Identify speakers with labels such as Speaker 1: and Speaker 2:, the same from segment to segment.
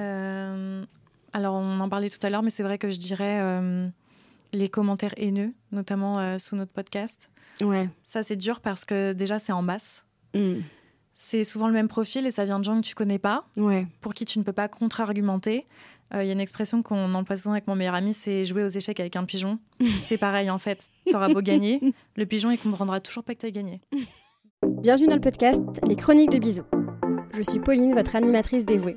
Speaker 1: Euh, alors, on en parlait tout à l'heure, mais c'est vrai que je dirais euh, les commentaires haineux, notamment euh, sous notre podcast.
Speaker 2: Ouais.
Speaker 1: Ça, c'est dur parce que déjà, c'est en masse.
Speaker 3: Mm.
Speaker 1: C'est souvent le même profil et ça vient de gens que tu connais pas,
Speaker 2: Ouais.
Speaker 1: pour qui tu ne peux pas contre-argumenter. Euh, Il y a une expression qu'on emploie souvent avec mon meilleur ami, c'est jouer aux échecs avec un pigeon. c'est pareil en fait. T'auras beau gagner, le pigeon il comprendra toujours pas que t'as gagné.
Speaker 3: Bienvenue dans le podcast Les Chroniques de Bisous. Je suis Pauline, votre animatrice dévouée.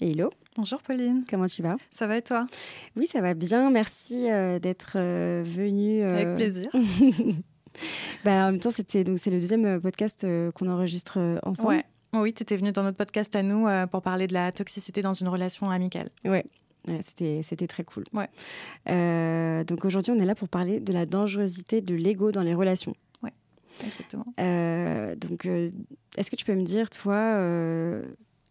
Speaker 2: Hello,
Speaker 1: Bonjour Pauline,
Speaker 2: comment tu vas
Speaker 1: ça va et toi
Speaker 2: Oui, ça va bien. Merci euh, d'être euh, venue. euh,
Speaker 1: Avec plaisir.
Speaker 2: bah, en même temps, c'était donc c'est le deuxième euh, podcast euh, qu'on enregistre euh, ensemble.
Speaker 1: Ouais. Oui, tu étais venue dans notre podcast à nous euh, pour parler de la toxicité dans une relation amicale.
Speaker 2: Ouais, c'était, c'était très cool.
Speaker 1: Ouais.
Speaker 2: Euh, donc aujourd'hui, on est là pour parler de la dangerosité de l'ego dans les relations.
Speaker 1: Exactement.
Speaker 2: Euh, donc, euh, est-ce que tu peux me dire, toi, euh,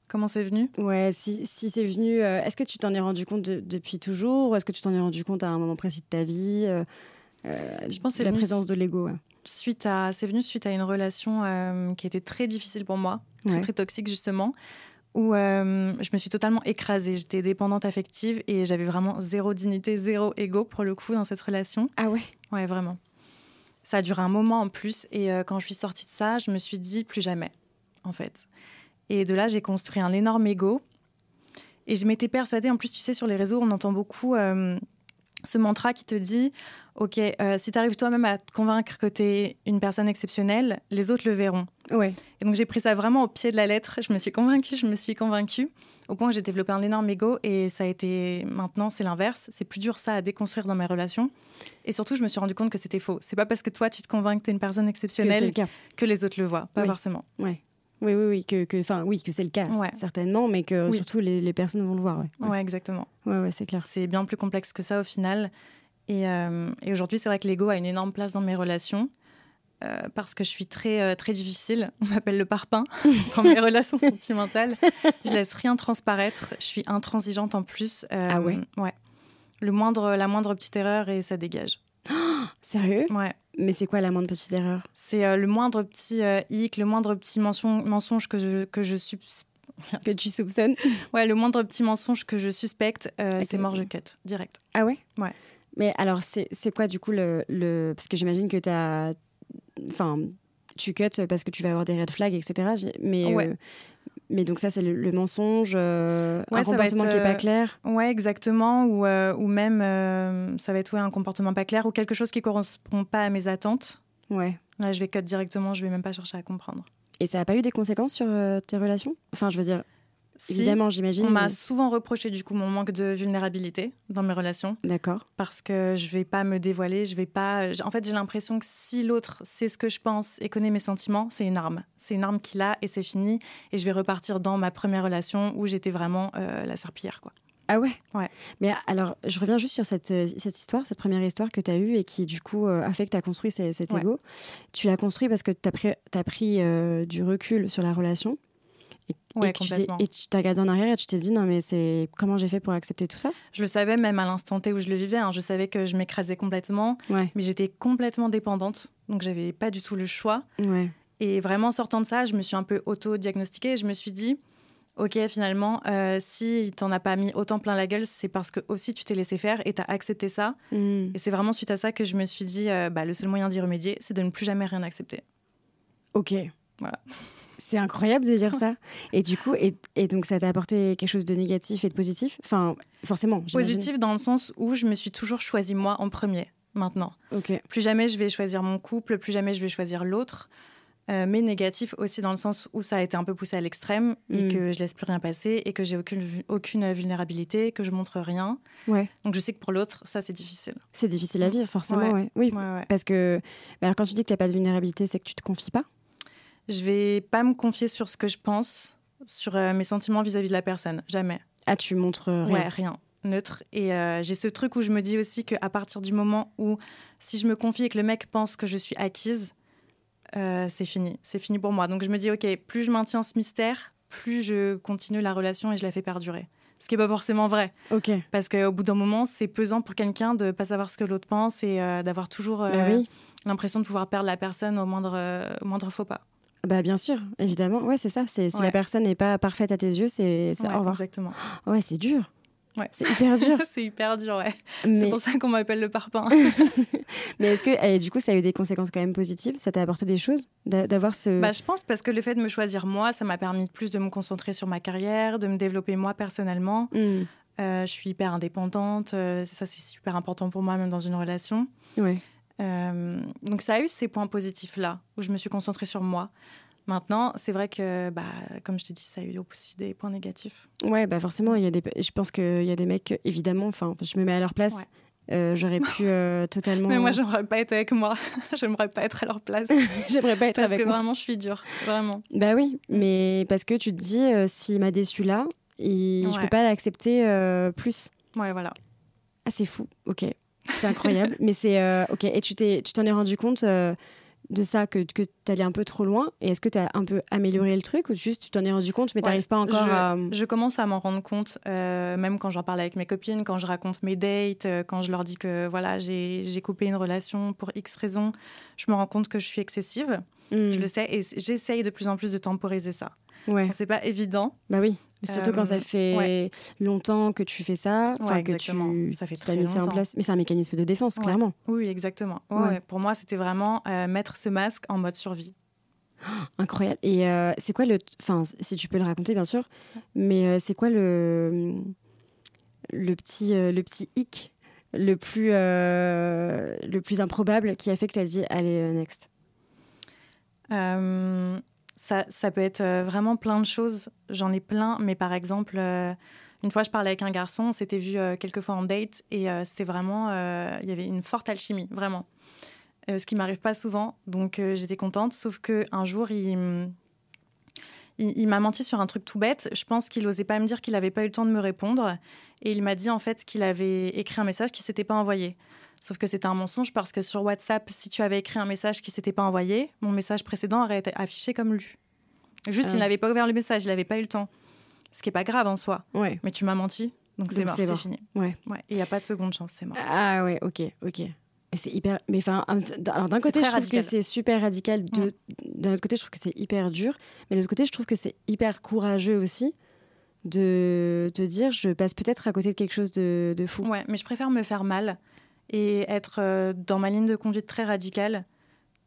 Speaker 1: Comment c'est venu
Speaker 2: ouais, si, si c'est venu, euh, est-ce que tu t'en es rendu compte de- depuis toujours ou est-ce que tu t'en es rendu compte à un moment précis de ta vie euh, euh,
Speaker 1: Je pense que
Speaker 2: de
Speaker 1: c'est
Speaker 2: la
Speaker 1: venu
Speaker 2: présence de l'ego. ouais.
Speaker 1: suite à c'est venu suite à une relation euh, qui était très difficile pour moi, très,
Speaker 2: Ouais.
Speaker 1: très toxique justement, où euh, je me suis totalement écrasée. J'étais dépendante affective et j'avais vraiment zéro dignité, zéro ego pour le coup dans cette relation.
Speaker 2: Ah ouais
Speaker 1: Ouais, vraiment. Ça a duré un moment en plus et euh, quand je suis sortie de ça, je me suis dit plus jamais, en fait. Et de là, j'ai construit un énorme ego et je m'étais persuadée. En plus, tu sais, sur les réseaux, on entend beaucoup euh, ce mantra qui te dit, ok, euh, si tu arrives toi-même à te convaincre que tu es une personne exceptionnelle, les autres le verront.
Speaker 2: Ouais.
Speaker 1: Et donc j'ai pris ça vraiment au pied de la lettre. Je me suis convaincue, je me suis convaincue, au point que j'ai développé un énorme ego. Et ça a été maintenant, c'est l'inverse. C'est plus dur ça à déconstruire dans mes relations. Et surtout, je me suis rendu compte que c'était faux. C'est pas parce que toi, tu te convaincs que t'es une personne
Speaker 2: Que c'est le
Speaker 1: exceptionnelle que,
Speaker 2: cas.
Speaker 1: les autres le voient. Pas
Speaker 2: Oui.
Speaker 1: forcément.
Speaker 2: Oui, oui, oui, que, que, enfin, oui, que c'est le cas,
Speaker 1: Ouais.
Speaker 2: certainement, mais que
Speaker 1: Oui.
Speaker 2: surtout les, les personnes vont le voir. Ouais,
Speaker 1: Ouais,
Speaker 2: ouais.
Speaker 1: exactement.
Speaker 2: ouais, ouais, c'est clair.
Speaker 1: C'est bien plus complexe que ça au final. Et, euh, et aujourd'hui, c'est vrai que l'ego a une énorme place dans mes relations. euh, parce que je suis très, euh, très difficile. On m'appelle le parpaing dans mes relations sentimentales. Je laisse rien transparaître. Je suis intransigeante en plus. Euh,
Speaker 2: Ah ouais
Speaker 1: Ouais. Le moindre, la moindre petite erreur et ça dégage.
Speaker 2: Sérieux
Speaker 1: Ouais.
Speaker 2: Mais c'est quoi la moindre petite erreur
Speaker 1: C'est euh, le moindre petit euh, hic, le moindre petit mention- mensonge que je, que je sub-
Speaker 2: que tu soupçonnes
Speaker 1: ouais, le moindre petit mensonge que je suspecte, euh, c'est mort, je cut direct.
Speaker 2: Ah ouais
Speaker 1: Ouais.
Speaker 2: Mais alors, c'est c'est quoi du coup le. le... Parce que j'imagine que tu as. Enfin, tu cuts parce que tu vas avoir des red flags, etc. j'ai- Mais,
Speaker 1: Ouais.
Speaker 2: euh, mais donc, ça, c'est le, le mensonge, euh,
Speaker 1: Ouais,
Speaker 2: un
Speaker 1: ça va
Speaker 2: comportement
Speaker 1: être,
Speaker 2: qui n'est pas
Speaker 1: euh,
Speaker 2: clair.
Speaker 1: Ouais, exactement. Ou, euh, ou même, euh, ça va être ouais, un comportement pas clair ou quelque chose qui correspond pas à mes attentes.
Speaker 2: Ouais.
Speaker 1: Là, je vais cut directement, je vais même pas chercher à comprendre.
Speaker 2: Et ça n'a pas eu des conséquences sur euh, tes relations Enfin, je veux dire,
Speaker 1: Si,
Speaker 2: évidemment, j'imagine.
Speaker 1: on m'a
Speaker 2: mais-
Speaker 1: souvent reproché du coup mon manque de vulnérabilité dans mes relations
Speaker 2: D'accord.
Speaker 1: parce que je vais pas me dévoiler, je vais pas. j'- En fait, j'ai l'impression que si l'autre sait ce que je pense et connaît mes sentiments, c'est une arme. C'est une arme qu'il a et c'est fini. Et je vais repartir dans ma première relation où j'étais vraiment euh, la serpillière, quoi.
Speaker 2: Ah ouais
Speaker 1: Ouais.
Speaker 2: Mais alors, je reviens juste sur cette, euh, cette histoire, cette première histoire que tu as eue et qui, du coup, euh, a fait que tu as construit ce- cet
Speaker 1: Ouais.
Speaker 2: ego. Tu l'as construit parce que tu as pris, t'as pris euh, du recul sur la relation. Et,
Speaker 1: Ouais,
Speaker 2: et que tu t'es-
Speaker 1: complètement.
Speaker 2: et tu t'as regardé en arrière et tu t'es dit, non, mais c'est comment j'ai fait pour accepter tout ça
Speaker 1: Je le savais même à l'instant T où je le vivais. hein. Je savais que je m'écrasais complètement,
Speaker 2: Ouais,
Speaker 1: mais j'étais complètement dépendante, donc j'avais pas du tout le choix.
Speaker 2: ouais.
Speaker 1: Et vraiment, en sortant de ça, je me suis un peu auto-diagnostiquée et je me suis dit, OK, finalement, euh, si il t'en a pas mis autant plein la gueule, c'est parce que aussi tu t'es laissé faire et t'as accepté ça.
Speaker 2: Hmm.
Speaker 1: Et c'est vraiment suite à ça que je me suis dit, euh, bah, le seul moyen d'y remédier, c'est de ne plus jamais rien accepter.
Speaker 2: Ok.
Speaker 1: Voilà.
Speaker 2: C'est incroyable de dire ça. Et du coup, et, et donc ça t'a apporté quelque chose de négatif et de positif Enfin, forcément. j'imagine.
Speaker 1: Positif dans le sens où je me suis toujours choisi moi en premier, maintenant.
Speaker 2: Ok.
Speaker 1: Plus jamais je vais choisir mon couple, plus jamais je vais choisir l'autre. Euh, mais négatif aussi dans le sens où ça a été un peu poussé à l'extrême et
Speaker 2: Mm.
Speaker 1: que je laisse plus rien passer et que j'ai aucune, vu- aucune vulnérabilité, que je montre rien.
Speaker 2: Ouais.
Speaker 1: Donc je sais que pour l'autre, ça c'est difficile.
Speaker 2: C'est difficile à vivre, forcément.
Speaker 1: Ouais.
Speaker 2: ouais. Oui,
Speaker 1: Ouais, ouais.
Speaker 2: Parce que mais alors quand tu dis que tu n'as pas de vulnérabilité, c'est que tu te confies pas.
Speaker 1: Je vais pas me confier sur ce que je pense, sur euh, mes sentiments vis-à-vis de la personne, jamais.
Speaker 2: Ah, tu montres euh, rien.
Speaker 1: Ouais, rien, neutre. Et euh, j'ai ce truc où je me dis aussi qu'à partir du moment où, si je me confie et que le mec pense que je suis acquise, euh, c'est fini, c'est fini pour moi. Donc je me dis, ok, plus je maintiens ce mystère, plus je continue la relation et je la fais perdurer. Ce qui n'est pas forcément vrai,
Speaker 2: Ok.
Speaker 1: parce qu'au bout d'un moment, c'est pesant pour quelqu'un de pas savoir ce que l'autre pense et euh, d'avoir toujours euh,
Speaker 2: Bah oui.
Speaker 1: l'impression de pouvoir perdre la personne au moindre, euh, au moindre faux pas.
Speaker 2: Bah bien sûr, évidemment. Ouais, c'est ça. C'est si
Speaker 1: Ouais.
Speaker 2: la personne n'est pas parfaite à tes yeux, c'est c'est
Speaker 1: Ouais,
Speaker 2: au revoir.
Speaker 1: Exactement.
Speaker 2: Ouais, c'est dur.
Speaker 1: Ouais.
Speaker 2: C'est hyper dur.
Speaker 1: c'est hyper dur, ouais. C'est
Speaker 2: mais
Speaker 1: pour ça qu'on m'appelle le parpaing.
Speaker 2: mais est-ce que et du coup ça a eu des conséquences quand même positives Ça t'a apporté des choses d'a- d'avoir ce
Speaker 1: Bah, je pense parce que le fait de me choisir moi, ça m'a permis de plus de me concentrer sur ma carrière, de me développer moi personnellement.
Speaker 2: Hmm.
Speaker 1: Euh, je suis hyper indépendante, euh, ça c'est super important pour moi même dans une relation.
Speaker 2: Ouais.
Speaker 1: Euh, donc ça a eu ces points positifs là où je me suis concentrée sur moi. Maintenant, c'est vrai que bah, comme je t'ai dit, ça a eu aussi des points négatifs.
Speaker 2: Ouais, bah forcément, il y a des. Je pense qu'il y a des mecs, évidemment. Enfin, je me mets à leur place. Euh, J'aurais pu euh, totalement.
Speaker 1: Mais moi, j'aimerais pas être avec moi. j'aimerais pas être à leur place
Speaker 2: j'aimerais pas être
Speaker 1: parce
Speaker 2: avec
Speaker 1: que
Speaker 2: moi.
Speaker 1: vraiment, je suis dure, vraiment.
Speaker 2: Bah oui, mais parce que tu te dis, euh, s'il m'a déçu là, il- je
Speaker 1: Ouais.
Speaker 2: peux pas l'accepter euh, plus.
Speaker 1: Ouais, voilà.
Speaker 2: Ah, c'est fou. Ok, c'est incroyable. mais c'est euh, ok. Et tu t'es, tu t'en es rendu compte euh, de ça que que t'allais un peu trop loin. Et est-ce que t'as un peu amélioré le truc ou juste tu t'en es rendu compte mais
Speaker 1: Ouais,
Speaker 2: t'arrives pas encore
Speaker 1: je,
Speaker 2: à.
Speaker 1: je commence à m'en rendre compte, euh, même quand j'en parle avec mes copines, quand je raconte mes dates, euh, quand je leur dis que voilà j'ai j'ai coupé une relation pour X raison, je me rends compte que je suis excessive.
Speaker 2: Hmm,
Speaker 1: Je le sais et c- j'essaye de plus en plus de temporiser ça.
Speaker 2: Ouais.
Speaker 1: Bon, C'est pas évident.
Speaker 2: Bah oui. Surtout
Speaker 1: Euh,
Speaker 2: quand ça fait
Speaker 1: ouais.
Speaker 2: longtemps que tu fais ça, enfin
Speaker 1: Ouais,
Speaker 2: que
Speaker 1: exactement.
Speaker 2: tu,
Speaker 1: Ça fait
Speaker 2: tu t'as
Speaker 1: très
Speaker 2: mis ça en
Speaker 1: longtemps.
Speaker 2: place. Mais c'est un mécanisme de défense,
Speaker 1: Ouais.
Speaker 2: clairement.
Speaker 1: Oui, exactement. Ouais,
Speaker 2: Ouais.
Speaker 1: ouais. Pour moi, c'était vraiment euh, mettre ce masque en mode survie.
Speaker 2: Incroyable. Et euh, c'est quoi le. Enfin, si tu peux le raconter, bien sûr. Mais euh, c'est quoi le. Le petit, euh, le petit hic le plus, euh, le plus improbable qui a fait que tu as dit allez, euh, next
Speaker 1: Euh, ça, ça peut être euh, vraiment plein de choses. J'en ai plein, mais par exemple, euh, une fois, je parlais avec un garçon, on s'était vu euh, quelques fois en date et euh, c'était vraiment. euh, Il y avait une forte alchimie, vraiment. Euh, ce qui m'arrive pas souvent, donc euh, j'étais contente. Sauf que un jour, il. m- il- il m'a menti sur un truc tout bête. Je pense qu'il osait pas me dire qu'il avait pas eu le temps de me répondre. Et il m'a dit en fait qu'il avait écrit un message qui s'était pas envoyé. Sauf que c'était un mensonge parce que sur WhatsApp, si tu avais écrit un message qui s'était pas envoyé, mon message précédent aurait été affiché comme lu. Juste,
Speaker 2: Ah.
Speaker 1: il n'avait pas ouvert le message, il n'avait pas eu le temps. Ce qui est pas grave en soi,
Speaker 2: Ouais.
Speaker 1: mais tu m'as menti, donc c'est
Speaker 2: Donc
Speaker 1: mort,
Speaker 2: c'est
Speaker 1: c'est
Speaker 2: mort.
Speaker 1: fini.
Speaker 2: Ouais.
Speaker 1: Et il n'y a pas de seconde chance, c'est mort.
Speaker 2: Ah ouais, ok, ok. Et C'est hyper. Mais enfin, en même temps, alors d'un côté, je
Speaker 1: très
Speaker 2: trouve que
Speaker 1: radical.
Speaker 2: c'est super radical. De...
Speaker 1: Ouais.
Speaker 2: D'un autre côté, je trouve que c'est hyper dur. Mais de l'autre côté, je trouve que c'est hyper courageux aussi de te dire je passe peut-être à côté de quelque chose de, de fou.
Speaker 1: Ouais, mais je préfère me faire mal et être euh, dans ma ligne de conduite très radicale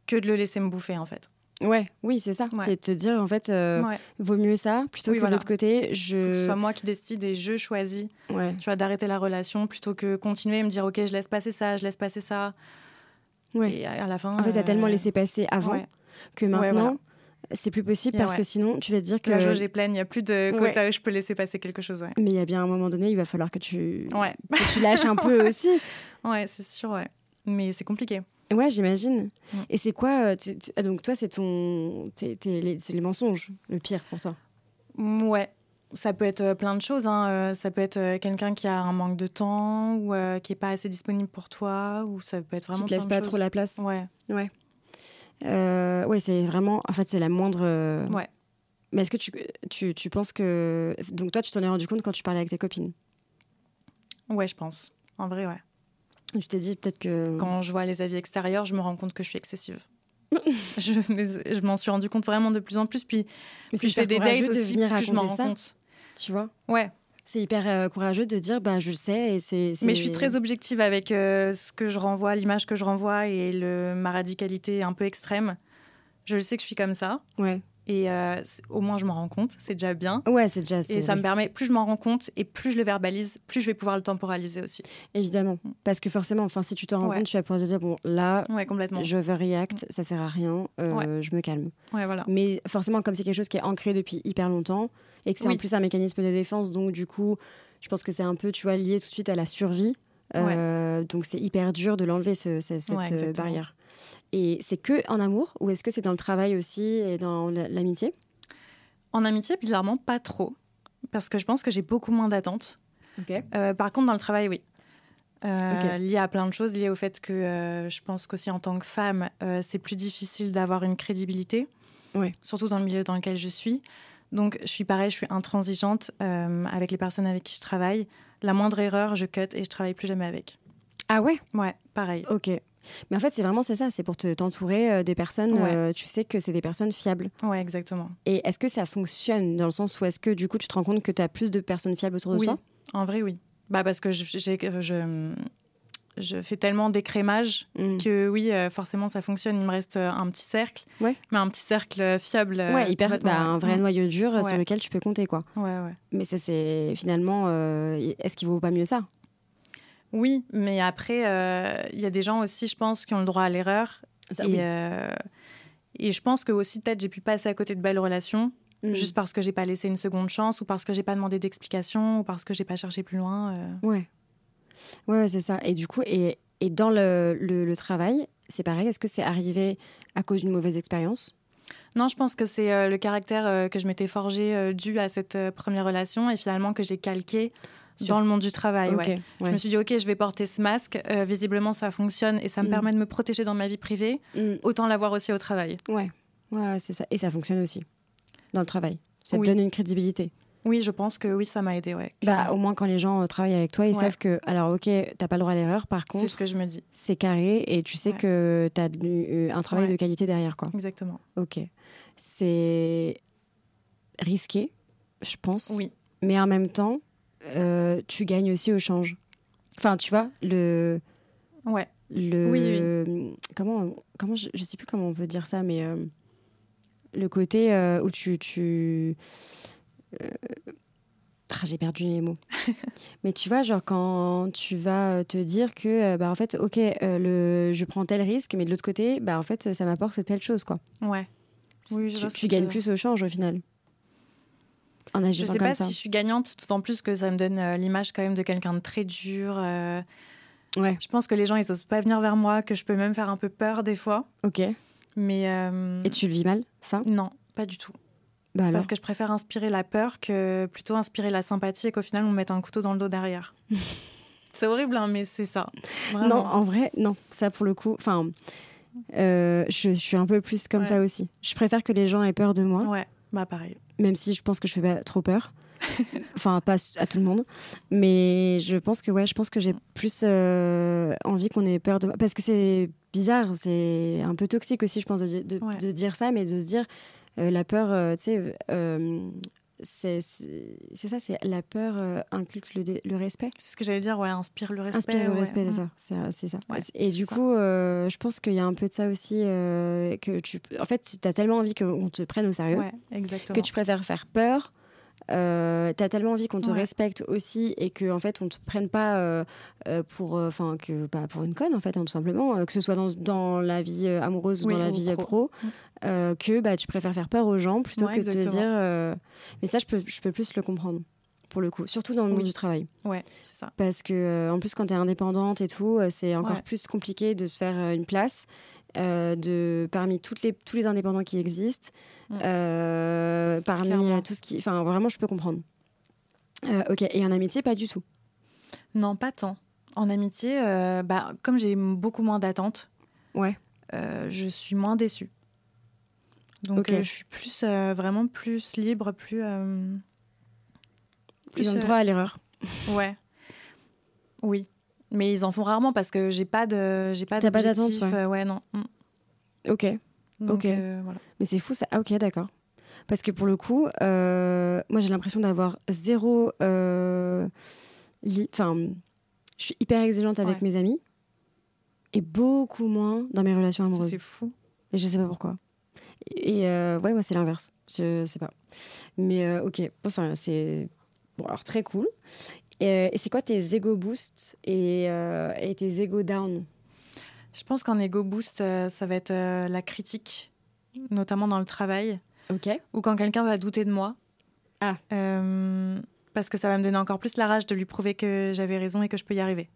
Speaker 1: que de le laisser me bouffer en fait.
Speaker 2: Ouais, oui, c'est ça.
Speaker 1: Ouais.
Speaker 2: C'est te dire en fait. euh,
Speaker 1: Ouais.
Speaker 2: vaut mieux ça plutôt
Speaker 1: Oui,
Speaker 2: que
Speaker 1: voilà.
Speaker 2: de l'autre côté
Speaker 1: Faut que ce
Speaker 2: je
Speaker 1: soit moi qui décide et je choisis,
Speaker 2: ouais
Speaker 1: tu vois, d'arrêter la relation plutôt que continuer et me dire ok, je laisse passer ça, je laisse passer ça.
Speaker 2: Ouais.
Speaker 1: Et à à la fin.
Speaker 2: en fait t'as
Speaker 1: euh,
Speaker 2: tellement laissé passer avant
Speaker 1: ouais.
Speaker 2: que
Speaker 1: Ouais,
Speaker 2: maintenant
Speaker 1: voilà.
Speaker 2: c'est plus possible
Speaker 1: Yeah,
Speaker 2: parce
Speaker 1: ouais.
Speaker 2: que sinon tu vas te dire que
Speaker 1: La jauge est pleine, il n'y a plus de
Speaker 2: Ouais.
Speaker 1: quota où je peux laisser passer quelque chose. Ouais,
Speaker 2: mais il y a bien un moment donné il va falloir que tu
Speaker 1: ouais,
Speaker 2: que tu lâches un peu aussi
Speaker 1: ouais c'est sûr, ouais. Mais c'est compliqué.
Speaker 2: ouais j'imagine
Speaker 1: Ouais.
Speaker 2: et c'est quoi euh, tu- tu- ah, donc toi c'est ton t'es- t'es les- c'est les mensonges le pire pour toi
Speaker 1: Mmh, Ouais, ça peut être euh, plein de choses. hein. Euh, ça peut être euh, quelqu'un qui a un manque de temps ou euh, qui n'est pas assez disponible pour toi, ou ça peut être
Speaker 2: qui
Speaker 1: vraiment.
Speaker 2: te laisse
Speaker 1: plein
Speaker 2: pas
Speaker 1: de
Speaker 2: trop la place
Speaker 1: choses. Ouais,
Speaker 2: Euh, ouais c'est vraiment en fait c'est la moindre euh,
Speaker 1: Ouais.
Speaker 2: mais est-ce que tu, tu, tu penses que donc toi tu t'en es rendu compte quand tu parlais avec tes copines
Speaker 1: ouais, je pense. En vrai, ouais.
Speaker 2: tu t'es dit peut-être que
Speaker 1: Quand je vois les avis extérieurs, je me rends compte que je suis excessive. je mais euh, je m'en suis rendu compte vraiment de plus en plus. Puis,
Speaker 2: Mais
Speaker 1: plus
Speaker 2: c'est
Speaker 1: je fais des
Speaker 2: hyper courageux
Speaker 1: dates
Speaker 2: de
Speaker 1: aussi,
Speaker 2: venir
Speaker 1: plus je m'en
Speaker 2: raconter
Speaker 1: rends
Speaker 2: ça.
Speaker 1: compte.
Speaker 2: tu vois
Speaker 1: Ouais,
Speaker 2: C'est hyper euh, courageux de dire bah je le sais et c'est. c'est-
Speaker 1: mais je suis très objective avec euh, ce que je renvoie, l'image que je renvoie et le, ma radicalité un peu extrême. Je le sais que je suis comme ça.
Speaker 2: Ouais.
Speaker 1: Et euh, c'est- au moins, je m'en rends compte. C'est déjà bien.
Speaker 2: Ouais, c'est déjà. c'est-
Speaker 1: Et ça me permet, plus je m'en rends compte et plus je le verbalise, plus je vais pouvoir le temporaliser aussi.
Speaker 2: Évidemment, parce que forcément, enfin si tu t'en rends
Speaker 1: Mm. Ouais.
Speaker 2: compte, tu vas pouvoir te dire bon là.
Speaker 1: Ouais, complètement.
Speaker 2: Je veux react, ça sert à rien, euh,
Speaker 1: Ouais.
Speaker 2: je me calme.
Speaker 1: Ouais, voilà.
Speaker 2: Mais forcément, comme c'est quelque chose qui est ancré depuis hyper longtemps et que c'est en
Speaker 1: Oui.
Speaker 2: plus un mécanisme de défense, donc du coup, je pense que c'est un peu, tu vois, lié tout de suite à la survie. Euh, Donc c'est hyper dur de l'enlever ce- ce- cette
Speaker 1: Ouais,
Speaker 2: euh,
Speaker 1: exactement.
Speaker 2: barrière. Et c'est que en amour ou est-ce que c'est dans le travail aussi et dans la- l'amitié
Speaker 1: En amitié, bizarrement, pas trop. parce que je pense que j'ai beaucoup moins d'attentes.
Speaker 2: Ok.
Speaker 1: Euh, par contre, dans le travail, oui. Euh,
Speaker 2: Ok.
Speaker 1: Lié à plein de choses, lié au fait que euh, je pense qu'aussi en tant que femme, euh, c'est plus difficile d'avoir une crédibilité,
Speaker 2: Ouais.
Speaker 1: surtout dans le milieu dans lequel je suis. Donc, je suis pareil, je suis intransigeante euh, avec les personnes avec qui je travaille. La moindre erreur, je cut et je travaille plus jamais avec.
Speaker 2: Ah ouais
Speaker 1: Ouais, pareil.
Speaker 2: Ok. Mais en fait, c'est vraiment c'est ça, c'est pour te- t'entourer euh, des personnes,
Speaker 1: Ouais.
Speaker 2: euh, tu sais que c'est des personnes fiables.
Speaker 1: Ouais, exactement.
Speaker 2: Et est-ce que ça fonctionne dans le sens où est-ce que du coup tu te rends compte que tu as plus de personnes fiables autour de
Speaker 1: Oui,
Speaker 2: toi
Speaker 1: en vrai, oui. Bah, parce que je, j'ai- je, je fais tellement d'écrémage
Speaker 2: Mm.
Speaker 1: que oui, euh, forcément, ça fonctionne. Il me reste euh, un petit cercle,
Speaker 2: Ouais.
Speaker 1: mais un petit cercle euh, fiable. euh,
Speaker 2: Ouais, hyper,
Speaker 1: complètement,
Speaker 2: bah,
Speaker 1: ouais.
Speaker 2: un vrai noyau dur euh, sur
Speaker 1: Ouais.
Speaker 2: lequel tu peux compter quoi.
Speaker 1: Ouais, ouais.
Speaker 2: Mais ça c'est finalement, euh, est-ce qu'il vaut pas mieux ça
Speaker 1: Oui, mais après, euh, il y a des gens aussi, je pense, qui ont le droit à l'erreur.
Speaker 2: Ça,
Speaker 1: et,
Speaker 2: oui.
Speaker 1: euh, et je pense que aussi, peut-être, j'ai pu passer à côté de belles relations
Speaker 2: Mm.
Speaker 1: juste parce que j'ai pas laissé une seconde chance ou parce que j'ai pas demandé d'explication ou parce que j'ai pas cherché plus loin. euh.
Speaker 2: Ouais. Ouais, ouais, c'est ça. Et du coup, et, et dans le, le- le travail, c'est pareil. Est-ce que c'est arrivé à cause d'une mauvaise expérience
Speaker 1: Non, je pense que c'est euh, le caractère euh, que je m'étais forgé euh, dû à cette euh, première relation et finalement que j'ai calqué
Speaker 2: Sur-
Speaker 1: dans le monde du travail.
Speaker 2: Ok.
Speaker 1: Ah, ouais. Je me suis dit, OK, je vais porter ce masque. euh, visiblement, ça fonctionne et ça me
Speaker 2: Mm.
Speaker 1: permet de me protéger dans ma vie privée.
Speaker 2: Mm.
Speaker 1: Autant l'avoir aussi au travail.
Speaker 2: Ouais, ouais, c'est ça. Et ça fonctionne aussi dans le travail. Ça
Speaker 1: Oui.
Speaker 2: te donne une crédibilité.
Speaker 1: Oui, je pense que oui, ça m'a aidé. Ouais.
Speaker 2: Bah, au moins quand les gens euh, travaillent avec toi, ils
Speaker 1: Ouais.
Speaker 2: savent que, alors ok, t'as pas le droit à l'erreur, par
Speaker 1: C'est ce
Speaker 2: contre,
Speaker 1: que je me dis.
Speaker 2: c'est carré et tu sais
Speaker 1: Ouais.
Speaker 2: que t'as du- euh, un travail
Speaker 1: Ouais.
Speaker 2: de qualité derrière, quoi.
Speaker 1: Exactement.
Speaker 2: Ok. C'est risqué, je pense.
Speaker 1: Oui.
Speaker 2: Mais en même temps, euh, tu gagnes aussi au change. Enfin, tu vois, le.
Speaker 1: Ouais.
Speaker 2: le
Speaker 1: Oui,
Speaker 2: Comment, comment je, je sais plus comment on peut dire ça, mais euh, le côté euh, où tu. tu euh, ah, J'ai perdu les mots. mais tu vois, genre quand tu vas te dire que, euh, bah, en fait, ok, euh, le, je prends tel risque, mais de l'autre côté, bah, en fait, ça m'apporte telle chose, quoi.
Speaker 1: Ouais. Oui, je
Speaker 2: tu
Speaker 1: vois ce que
Speaker 2: tu
Speaker 1: tu
Speaker 2: gagnes
Speaker 1: veux
Speaker 2: plus au change au final. En
Speaker 1: Je
Speaker 2: agissant
Speaker 1: sais
Speaker 2: comme
Speaker 1: pas
Speaker 2: ça.
Speaker 1: si je suis gagnante, d'autant plus que ça me donne euh, l'image quand même de quelqu'un de très dur. euh,
Speaker 2: Ouais,
Speaker 1: Je pense que les gens, ils osent pas venir vers moi, que je peux même faire un peu peur des fois.
Speaker 2: ok. Et
Speaker 1: Mais euh,
Speaker 2: tu le vis mal, ça
Speaker 1: non, pas du tout.
Speaker 2: Bah alors.
Speaker 1: Parce que je préfère inspirer la peur que plutôt inspirer la sympathie et qu'au final, on me mette un couteau dans le dos derrière. c'est horrible, hein, mais c'est ça. Vraiment.
Speaker 2: Non, en vrai, non. Ça, pour le coup, enfin, euh, je, je suis un peu plus comme
Speaker 1: Ouais.
Speaker 2: ça aussi. Je préfère que les gens aient peur de moi,
Speaker 1: Ouais, bah pareil.
Speaker 2: même si je pense que je fais pas trop peur. enfin, pas à tout le monde, mais je pense que ouais, je pense que j'ai plus euh, envie qu'on ait peur de moi, parce que c'est bizarre, c'est un peu toxique aussi, je pense, de, di- de-
Speaker 1: Ouais.
Speaker 2: de dire ça, mais de se dire euh, la peur, euh, tu sais. euh, c'est c'est- c'est ça, c'est la peur euh, inculque le, dé- le respect.
Speaker 1: C'est ce que j'allais dire, ouais, inspire le respect.
Speaker 2: Inspire le
Speaker 1: ouais.
Speaker 2: respect, c'est
Speaker 1: Mm.
Speaker 2: ça. C'est- euh, C'est ça.
Speaker 1: Ouais,
Speaker 2: et
Speaker 1: c'est
Speaker 2: du
Speaker 1: ça.
Speaker 2: coup, euh, je pense qu'il y a un peu de ça aussi. euh, que tu, en fait, tu as tellement envie qu'on te prenne au sérieux
Speaker 1: Ouais, exactement.
Speaker 2: que tu préfères faire peur. Euh, t'as tellement envie qu'on te
Speaker 1: Ouais.
Speaker 2: respecte aussi et que en fait on te prenne pas euh, euh, pour enfin que pas pour une conne en fait hein, tout simplement euh, que ce soit dans, dans la vie euh, amoureuse ou
Speaker 1: Oui,
Speaker 2: dans la
Speaker 1: ou
Speaker 2: vie euh,
Speaker 1: pro. Mm.
Speaker 2: pro, euh, que bah tu préfères faire peur aux gens plutôt
Speaker 1: Ouais,
Speaker 2: que de te
Speaker 1: exactement.
Speaker 2: dire euh, mais ça je peux je peux plus le comprendre pour le coup surtout dans le
Speaker 1: Oui.
Speaker 2: monde du travail
Speaker 1: Ouais, c'est ça.
Speaker 2: parce que euh, en plus quand tu es indépendante et tout, euh, c'est encore
Speaker 1: Ouais.
Speaker 2: plus compliqué de se faire euh, une place euh, de parmi toutes les tous les indépendants qui existent,
Speaker 1: Mm.
Speaker 2: euh, parmi
Speaker 1: Clairement.
Speaker 2: euh, tout ce qui, enfin vraiment je peux comprendre. Euh, ok et en amitié pas du tout.
Speaker 1: Non, pas tant. En amitié, euh, bah, comme j'ai m- beaucoup moins d'attentes,
Speaker 2: Ouais.
Speaker 1: euh, je suis moins déçue. Donc
Speaker 2: Ok.
Speaker 1: euh, je suis plus euh, vraiment plus libre, plus euh,
Speaker 2: Ils ont le
Speaker 1: euh,
Speaker 2: droit à l'erreur.
Speaker 1: ouais, oui. Mais ils en font rarement parce que j'ai pas de j'ai pas
Speaker 2: T'as pas d'attente,
Speaker 1: d'objectif,
Speaker 2: ouais.
Speaker 1: euh, ouais, non. Mm.
Speaker 2: Ok
Speaker 1: Donc,
Speaker 2: Ok.
Speaker 1: euh, voilà.
Speaker 2: mais c'est fou ça. Ah ok d'accord. Parce que pour le coup, euh, moi j'ai l'impression d'avoir zéro, euh, li- enfin je suis hyper exigeante avec
Speaker 1: Ouais.
Speaker 2: mes amis et beaucoup moins dans mes relations
Speaker 1: Ça,
Speaker 2: amoureuses.
Speaker 1: C'est fou.
Speaker 2: Et je sais pas pourquoi. Et euh, ouais, moi, c'est l'inverse. Je sais pas. Mais euh, ok, bon, ça, c'est bon, alors très cool. Et, euh, et c'est quoi tes ego boosts et, euh, et tes ego down
Speaker 1: Je pense qu'en ego boost, euh, ça va être euh, la critique, notamment dans le travail.
Speaker 2: Ok.
Speaker 1: ou quand quelqu'un va douter de moi.
Speaker 2: Ah.
Speaker 1: Euh, parce que ça va me donner encore plus la rage de lui prouver que j'avais raison et que je peux y arriver.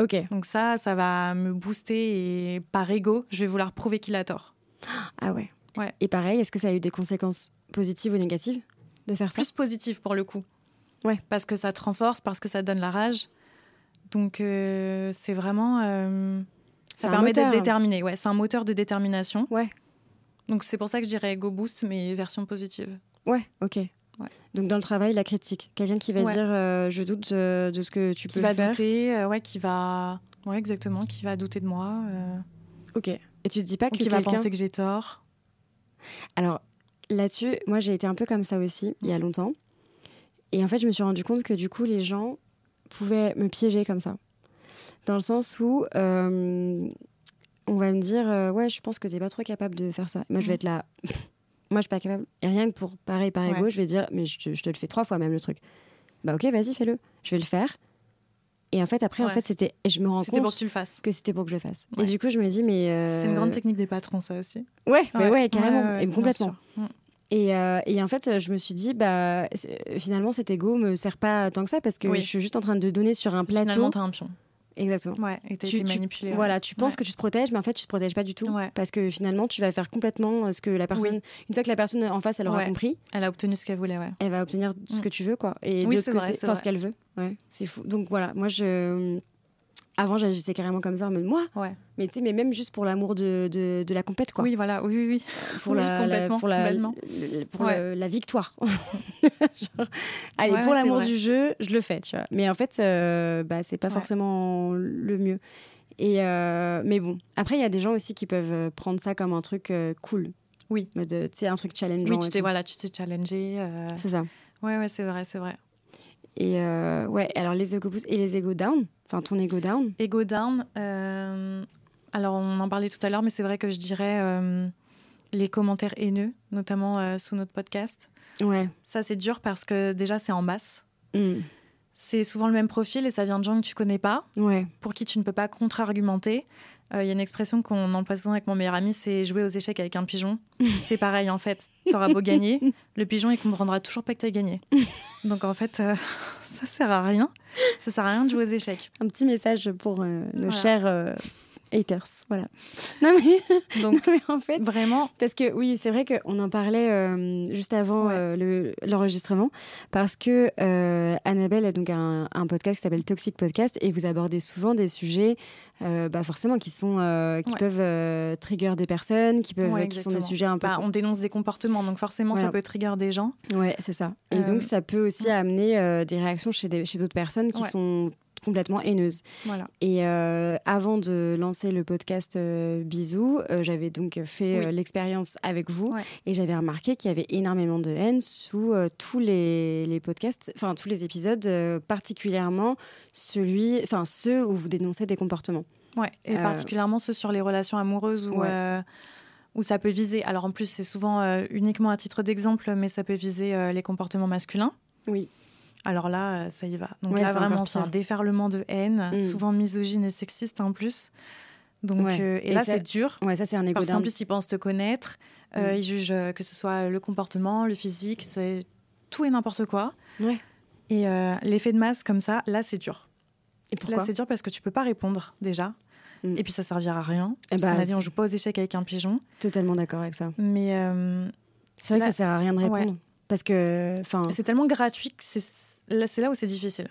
Speaker 2: Ok.
Speaker 1: Donc ça, ça va me booster et par ego, je vais vouloir prouver qu'il a tort.
Speaker 2: Ah ouais.
Speaker 1: Ouais.
Speaker 2: Et pareil, est-ce que ça a eu des conséquences positives ou négatives de faire ça
Speaker 1: Plus positif pour le coup.
Speaker 2: Ouais.
Speaker 1: Parce que ça te renforce, parce que ça te donne la rage. Donc, euh, c'est vraiment. euh,
Speaker 2: C'est
Speaker 1: ça
Speaker 2: un
Speaker 1: permet d'être
Speaker 2: moteur.
Speaker 1: déterminé. Ouais, c'est un moteur de détermination.
Speaker 2: Ouais.
Speaker 1: Donc, c'est pour ça que je dirais Go Boost, mais version positive.
Speaker 2: Ouais, ok. Donc dans le travail, la critique. Quelqu'un qui va
Speaker 1: Ouais.
Speaker 2: dire euh, je doute euh, de ce que tu
Speaker 1: Qui
Speaker 2: peux
Speaker 1: va
Speaker 2: faire.
Speaker 1: douter, euh, ouais, qui va. Ouais, exactement, qui va douter de moi, euh,
Speaker 2: Ok. Et tu te dis pas
Speaker 1: ou
Speaker 2: que
Speaker 1: qui va
Speaker 2: quelqu'un.
Speaker 1: penser que j'ai tort.
Speaker 2: Alors là-dessus, moi j'ai été un peu comme ça aussi il y a longtemps. Et en fait, je me suis rendu compte que du coup, les gens pouvaient me piéger comme ça. Dans le sens où euh, on va me dire euh, ouais, je pense que t'es pas trop capable de faire ça.
Speaker 1: Mm.
Speaker 2: Moi, je vais être là. moi, je suis pas capable. Et rien que pour pareil par ego,
Speaker 1: Ouais.
Speaker 2: je vais dire mais je te, je te le fais trois fois même le truc. Bah ok, vas-y, fais-le. Je vais le faire. Et en fait, après, en
Speaker 1: Ouais.
Speaker 2: fait, c'était. et Je me rends
Speaker 1: C'était
Speaker 2: compte
Speaker 1: pour que tu le fasses.
Speaker 2: que c'était pour que je le fasse.
Speaker 1: Ouais.
Speaker 2: Et du coup, je me dis mais euh,
Speaker 1: C'est une grande technique des patrons, ça aussi.
Speaker 2: Ouais, mais ouais, carrément,
Speaker 1: ouais,
Speaker 2: et
Speaker 1: bien
Speaker 2: complètement.
Speaker 1: sûr. Mm.
Speaker 2: Et, euh, et en fait, je me suis dit, bah, c'est- finalement, cet ego me sert pas tant que ça parce que
Speaker 1: Oui.
Speaker 2: je suis juste en train de donner sur un plateau.
Speaker 1: Finalement, t'as un pion.
Speaker 2: Exactement.
Speaker 1: Ouais, et t'as
Speaker 2: Tu-
Speaker 1: été
Speaker 2: tu-
Speaker 1: manipulé. ouais.
Speaker 2: Voilà, tu
Speaker 1: hein.
Speaker 2: penses
Speaker 1: Ouais.
Speaker 2: que tu te protèges, mais en fait, tu te protèges pas du tout.
Speaker 1: Ouais.
Speaker 2: Parce que finalement, tu vas faire complètement euh, ce que la personne.
Speaker 1: Oui.
Speaker 2: Une fois que la personne en face, elle aura
Speaker 1: Ouais.
Speaker 2: compris,
Speaker 1: Elle a obtenu ce qu'elle voulait, ouais.
Speaker 2: elle va obtenir ce
Speaker 1: Mm.
Speaker 2: que tu veux, quoi. Et
Speaker 1: Oui,
Speaker 2: de l'autre
Speaker 1: c'est vrai,
Speaker 2: côté,
Speaker 1: c'est
Speaker 2: enfin, ce
Speaker 1: vrai.
Speaker 2: qu'elle veut. Ouais, c'est fou. Donc voilà, moi, je. Avant, j'agissais carrément comme ça en mode moi.
Speaker 1: Ouais.
Speaker 2: Mais tu sais, mais même juste pour l'amour de, de, de la compète, quoi.
Speaker 1: Oui, voilà, oui, oui, oui.
Speaker 2: pour
Speaker 1: Oui,
Speaker 2: la, la-
Speaker 1: complètement,
Speaker 2: pour la,
Speaker 1: complètement.
Speaker 2: le- le- pour
Speaker 1: Ouais.
Speaker 2: le- la victoire. Genre, allez,
Speaker 1: Ouais,
Speaker 2: pour
Speaker 1: ouais,
Speaker 2: l'amour
Speaker 1: c'est vrai.
Speaker 2: du jeu, je le fais, tu vois. Mais en fait, euh, bah, c'est pas
Speaker 1: Ouais.
Speaker 2: forcément le mieux. Et euh, mais bon, après, il y a des gens aussi qui peuvent euh, prendre ça comme un truc euh, cool.
Speaker 1: Oui.
Speaker 2: Mode, euh, Tu sais, un truc challengeant.
Speaker 1: Oui,
Speaker 2: et
Speaker 1: tu t'es
Speaker 2: tout.
Speaker 1: voilà, tu t'es challengé. euh,
Speaker 2: C'est ça.
Speaker 1: Ouais, ouais, c'est vrai, c'est vrai.
Speaker 2: Et euh, ouais, alors les ego boost et les ego down, enfin ton ego down.
Speaker 1: Ego down. euh, Alors, on en parlait tout à l'heure, mais c'est vrai que je dirais euh, les commentaires haineux, notamment euh, sous notre podcast.
Speaker 2: Ouais.
Speaker 1: Ça, c'est dur parce que déjà, c'est en masse.
Speaker 2: Mm.
Speaker 1: C'est souvent le même profil et ça vient de gens que tu connais pas,
Speaker 2: Ouais.
Speaker 1: pour qui tu ne peux pas contre-argumenter. Euh, Il y a une expression qu'on emploie souvent avec mon meilleur ami, c'est jouer aux échecs avec un pigeon. c'est pareil en fait. T'auras beau gagner, le pigeon il comprendra toujours pas que t'as gagné. Donc en fait, euh, ça sert à rien. Ça sert à rien de jouer aux échecs.
Speaker 2: Un petit message pour euh,
Speaker 1: Voilà.
Speaker 2: nos chers euh, haters. Voilà. Non mais,
Speaker 1: Donc
Speaker 2: non, mais en fait.
Speaker 1: vraiment,
Speaker 2: Parce que oui, c'est vrai qu'on en parlait euh, juste avant
Speaker 1: Ouais.
Speaker 2: euh, le- l'enregistrement, parce que euh, Annabelle a donc un, un podcast qui s'appelle Toxic Podcast et vous abordez souvent des sujets, euh, bah forcément qui sont, euh, qui
Speaker 1: Ouais.
Speaker 2: peuvent euh, trigger des personnes, qui peuvent,
Speaker 1: Ouais,
Speaker 2: qui sont des
Speaker 1: exactement.
Speaker 2: sujets un peu.
Speaker 1: bah, on dénonce des comportements, donc forcément
Speaker 2: Voilà.
Speaker 1: ça peut trigger des gens.
Speaker 2: Ouais, c'est ça. Et
Speaker 1: Euh,
Speaker 2: donc ça peut aussi amener euh, des réactions chez des- chez d'autres personnes qui
Speaker 1: Ouais.
Speaker 2: sont complètement haineuses.
Speaker 1: Voilà.
Speaker 2: Et euh, avant de lancer le podcast euh, Bisous, euh, j'avais donc fait
Speaker 1: Oui.
Speaker 2: euh, l'expérience avec vous
Speaker 1: Ouais.
Speaker 2: et j'avais remarqué qu'il y avait énormément de haine sous euh, tous les, les podcasts, enfin tous les épisodes, euh, particulièrement celui, enfin ceux où vous dénoncez des comportements.
Speaker 1: Ouais. Et
Speaker 2: Euh,
Speaker 1: particulièrement ceux sur les relations amoureuses où,
Speaker 2: Ouais.
Speaker 1: euh, où ça peut viser. Alors en plus c'est souvent euh, uniquement à titre d'exemple, mais ça peut viser euh, les comportements masculins.
Speaker 2: Oui.
Speaker 1: Alors là, euh, ça y va. Donc
Speaker 2: Ouais,
Speaker 1: là,
Speaker 2: c'est encore
Speaker 1: vraiment, c'est un
Speaker 2: pire.
Speaker 1: déferlement de haine,
Speaker 2: Mm.
Speaker 1: souvent misogyne et sexiste hein, en plus. Donc,
Speaker 2: Ouais.
Speaker 1: euh, et,
Speaker 2: Et
Speaker 1: là,
Speaker 2: ça-
Speaker 1: c'est dur.
Speaker 2: Ouais, ça c'est un égo
Speaker 1: Parce qu'en
Speaker 2: down.
Speaker 1: plus, ils pensent te connaître. euh,
Speaker 2: Mm.
Speaker 1: Ils jugent euh, que ce soit le comportement, le physique, c'est tout et n'importe quoi.
Speaker 2: Ouais.
Speaker 1: Et euh, l'effet de masse comme ça, là, c'est dur.
Speaker 2: Et
Speaker 1: là,
Speaker 2: pourquoi
Speaker 1: c'est dur parce que tu peux pas répondre déjà.
Speaker 2: Mm.
Speaker 1: Et puis, ça servira à rien.
Speaker 2: Eh
Speaker 1: Parce
Speaker 2: bah,
Speaker 1: qu'on a dit, on
Speaker 2: c'est-
Speaker 1: joue pas aux échecs avec un pigeon.
Speaker 2: Totalement d'accord avec ça.
Speaker 1: Mais euh,
Speaker 2: C'est vrai
Speaker 1: Là-
Speaker 2: que ça sert à rien de répondre parce que, enfin,
Speaker 1: c'est tellement gratuit que c'est là, c'est là où c'est difficile.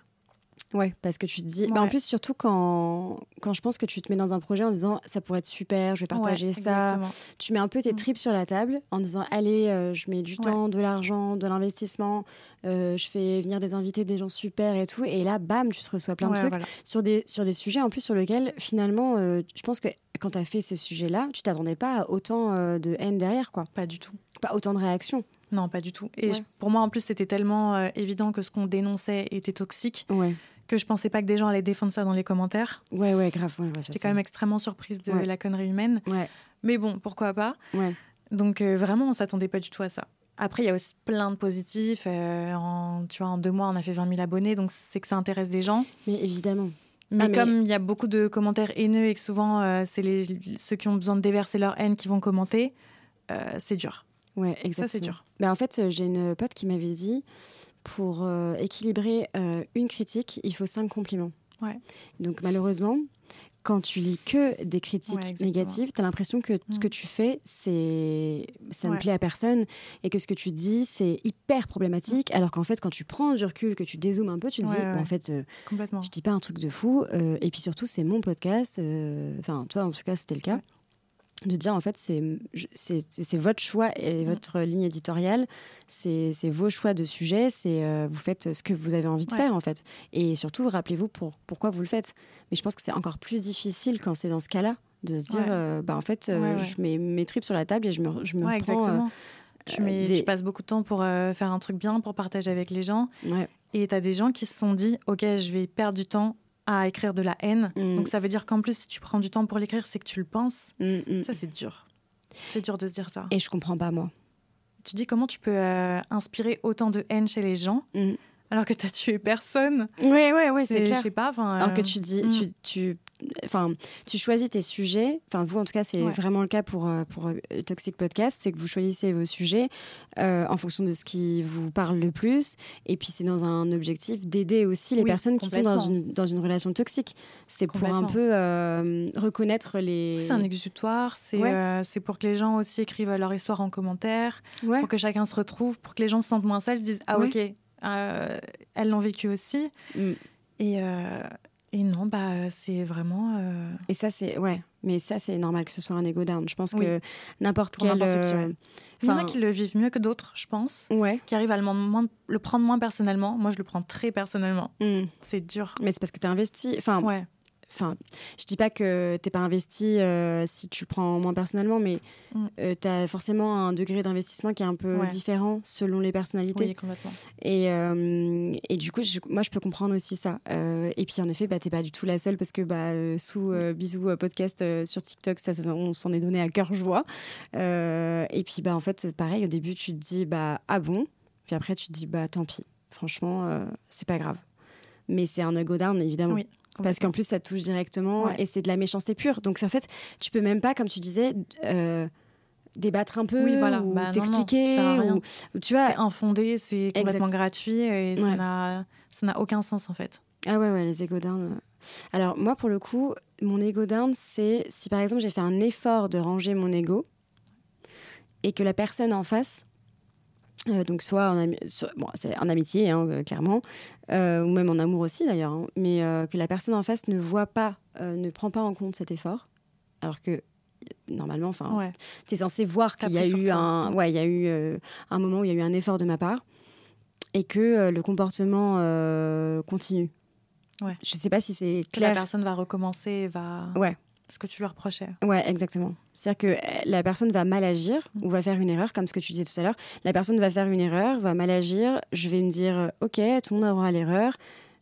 Speaker 2: Ouais, parce que tu te dis. bah, en
Speaker 1: Ouais.
Speaker 2: plus, surtout quand... quand je pense que tu te mets dans un projet en disant ça pourrait être super, je vais partager
Speaker 1: Ouais,
Speaker 2: ça.
Speaker 1: exactement.
Speaker 2: Tu mets un peu tes
Speaker 1: Mm.
Speaker 2: tripes sur la table en disant allez, euh, je mets du temps, de l'argent, de l'investissement, euh, je fais venir des invités, des gens super et tout. Et là, bam, tu te reçois plein de
Speaker 1: Ouais,
Speaker 2: trucs
Speaker 1: voilà.
Speaker 2: sur, des, sur des sujets en plus sur lesquels finalement, euh, je pense que quand tu as fait ce sujet-là, tu t'attendais pas à autant euh, de haine derrière, quoi.
Speaker 1: Pas du tout.
Speaker 2: Pas autant de réactions.
Speaker 1: Non, pas du tout. Et
Speaker 2: Ouais.
Speaker 1: je- pour moi, en plus, c'était tellement euh, évident que ce qu'on dénonçait était toxique
Speaker 2: Ouais,
Speaker 1: que je pensais pas que des gens allaient défendre ça dans les commentaires.
Speaker 2: ouais, ouais, grave. Ouais, ouais, ça,
Speaker 1: J'étais
Speaker 2: c'est-
Speaker 1: quand même extrêmement surprise de
Speaker 2: Ouais.
Speaker 1: la connerie humaine.
Speaker 2: Ouais,
Speaker 1: Mais bon, pourquoi pas
Speaker 2: ouais.
Speaker 1: Donc euh, vraiment, on s'attendait pas du tout à ça. Après, il y a aussi plein de positifs. euh, en, tu vois, en deux mois, on a fait 20 000 abonnés, donc c'est que ça intéresse des gens.
Speaker 2: Mais évidemment.
Speaker 1: Mais,
Speaker 2: Ah, mais-
Speaker 1: comme il y a beaucoup de commentaires haineux et que souvent, euh, c'est les- ceux qui ont besoin de déverser leur haine qui vont commenter, euh, c'est dur.
Speaker 2: Ouais,
Speaker 1: Ça,
Speaker 2: exactement.
Speaker 1: c'est dur.
Speaker 2: Bah, en fait, euh, j'ai une pote qui m'avait dit pour euh, équilibrer euh, une critique, il faut cinq compliments.
Speaker 1: Ouais.
Speaker 2: Donc malheureusement, quand tu lis que des critiques
Speaker 1: Ouais, exactement. Mm.
Speaker 2: négatives, tu as l'impression que ce que tu fais, c'est ça ne
Speaker 1: Ouais.
Speaker 2: plaît à personne et que ce que tu dis, c'est hyper problématique. Alors qu'en fait, quand tu prends du recul, que tu dézoomes un peu, tu te
Speaker 1: Mm. Ouais,
Speaker 2: dis,
Speaker 1: ouais.
Speaker 2: bon, en fait, euh,
Speaker 1: Complètement.
Speaker 2: je dis pas un truc de fou. euh, et puis surtout, c'est mon podcast. euh, Enfin, toi, en tout cas, c'était le cas. De dire, en fait, c'est je- c'est- c'est votre choix et
Speaker 1: Mm.
Speaker 2: votre ligne éditoriale. C'est c'est vos choix de sujet. c'est euh, vous faites ce que vous avez envie de
Speaker 1: Ouais.
Speaker 2: faire, en fait. Et surtout, rappelez-vous pour, pourquoi vous le faites. Mais je pense que c'est encore plus difficile quand c'est dans ce cas-là de se dire,
Speaker 1: Ouais.
Speaker 2: euh, bah, en fait, euh,
Speaker 1: Ouais, ouais.
Speaker 2: je mets mes tripes sur la table et je me, je me
Speaker 1: Ouais,
Speaker 2: reprends, euh,
Speaker 1: exactement. tu,
Speaker 2: euh,
Speaker 1: mets-
Speaker 2: des-
Speaker 1: tu passes beaucoup de temps pour euh, faire un truc bien, pour partager avec les gens.
Speaker 2: ouais.
Speaker 1: Et tu as des gens qui se sont dit Ok, je vais perdre du temps à écrire de la haine.
Speaker 2: Mm.
Speaker 1: Donc ça veut dire qu'en plus, si tu prends du temps pour l'écrire, c'est que tu le penses.
Speaker 2: Mm, mm.
Speaker 1: Ça, c'est dur. C'est dur de se dire ça.
Speaker 2: Et je comprends pas, moi.
Speaker 1: Tu dis comment tu peux euh, inspirer autant de haine chez les gens
Speaker 2: Mm.
Speaker 1: alors que tu as tué personne
Speaker 2: Oui, oui, oui,
Speaker 1: C'est- Je sais pas. enfin,
Speaker 2: Alors que
Speaker 1: euh,
Speaker 2: tu dis,
Speaker 1: mm.
Speaker 2: tu, tu, enfin, tu choisis tes sujets. Enfin, vous, en tout cas, c'est
Speaker 1: Ouais.
Speaker 2: vraiment le cas pour, euh, pour euh, Toxic Podcast, c'est que vous choisissez vos sujets euh, en fonction de ce qui vous parle le plus. Et puis, c'est dans un objectif d'aider aussi les
Speaker 1: Oui,
Speaker 2: personnes qui sont dans
Speaker 1: complètement.
Speaker 2: une, dans une relation toxique. C'est pour un
Speaker 1: Complètement.
Speaker 2: peu euh, reconnaître les.
Speaker 1: C'est un exutoire, c'est
Speaker 2: Ouais.
Speaker 1: euh, c'est pour que les gens aussi écrivent leur histoire en commentaire,
Speaker 2: Ouais.
Speaker 1: pour que chacun se retrouve, pour que les gens se sentent moins seuls, se disent Ah,
Speaker 2: Ouais.
Speaker 1: ok, euh, elles l'ont vécu aussi.
Speaker 2: Mm.
Speaker 1: Et, euh, et non, bah, euh, c'est vraiment. euh,
Speaker 2: Et ça, c'est. Ouais. Mais ça, c'est normal que ce soit un ego down. Je pense
Speaker 1: Oui.
Speaker 2: que n'importe
Speaker 1: Pour
Speaker 2: quel.
Speaker 1: n'importe qui,
Speaker 2: euh,
Speaker 1: Il y en a
Speaker 2: enfin,
Speaker 1: qui le vivent mieux que d'autres, je pense,
Speaker 2: Ouais.
Speaker 1: qui arrivent à le, moins- le prendre moins personnellement. Moi, je le prends très personnellement.
Speaker 2: Mm.
Speaker 1: C'est dur.
Speaker 2: Mais c'est parce que tu as investi. Enfin,
Speaker 1: Ouais,
Speaker 2: enfin, je dis pas que t'es pas investi euh, si tu le prends moins personnellement, mais
Speaker 1: Mm.
Speaker 2: tu as forcément un degré d'investissement qui est un peu
Speaker 1: Ouais.
Speaker 2: différent selon les personnalités.
Speaker 1: oui, complètement.
Speaker 2: Et, euh, et du coup, je- moi, je peux comprendre aussi ça. Euh, et puis, en effet, bah, t'es pas du tout la seule parce que bah, euh, sous euh, Bisous euh, Podcast euh, sur TikTok, ça, ça, on s'en est donné à cœur joie. Euh, et puis, bah, en fait, pareil, au début, tu te dis, bah, ah bon Puis après, tu te dis, bah, tant pis. Franchement, euh, c'est pas grave. Mais c'est un ego down, évidemment.
Speaker 1: Oui,
Speaker 2: Parce
Speaker 1: complètement.
Speaker 2: qu'en plus, ça te touche directement
Speaker 1: Ouais.
Speaker 2: et c'est de la méchanceté pure. Donc, en fait, tu peux même pas, comme tu disais, euh, débattre un peu
Speaker 1: Oui, voilà.
Speaker 2: ou
Speaker 1: Bah, non, non,
Speaker 2: t'expliquer.
Speaker 1: ça sert à rien.
Speaker 2: ou- ou tu vois,
Speaker 1: C'est infondé, c'est complètement
Speaker 2: Exact.
Speaker 1: gratuit et
Speaker 2: Ouais.
Speaker 1: ça n'a- ça n'a aucun sens en fait.
Speaker 2: Ah ouais, ouais, les ego down. euh. Alors moi, pour le coup, mon ego down, c'est si par exemple j'ai fait un effort de ranger mon ego et que la personne en face, euh, donc soit en, ami- sur- bon, c'est en amitié, hein, euh, clairement, euh, ou même en amour aussi d'ailleurs, hein, mais euh, que la personne en face ne voit pas, euh, ne prend pas en compte cet effort, alors que euh, normalement, enfin,
Speaker 1: Ouais.
Speaker 2: T'es censé voir
Speaker 1: T'as
Speaker 2: qu'il y a
Speaker 1: pris sur
Speaker 2: eu
Speaker 1: toi.
Speaker 2: un, ouais, il y a eu euh, un moment où il y a eu un effort de ma part et que euh, le comportement euh, continue.
Speaker 1: Ouais.
Speaker 2: Je sais pas si c'est
Speaker 1: Que la
Speaker 2: clair.
Speaker 1: personne va recommencer et va.
Speaker 2: Ouais.
Speaker 1: Ce que tu lui reprochais.
Speaker 2: Ouais, exactement. C'est-à-dire que euh, la personne va mal agir ou va faire une erreur, comme ce que tu disais tout à l'heure. La personne va faire une erreur, va mal agir. Je vais me dire, euh, ok, tout le monde a droit à l'erreur.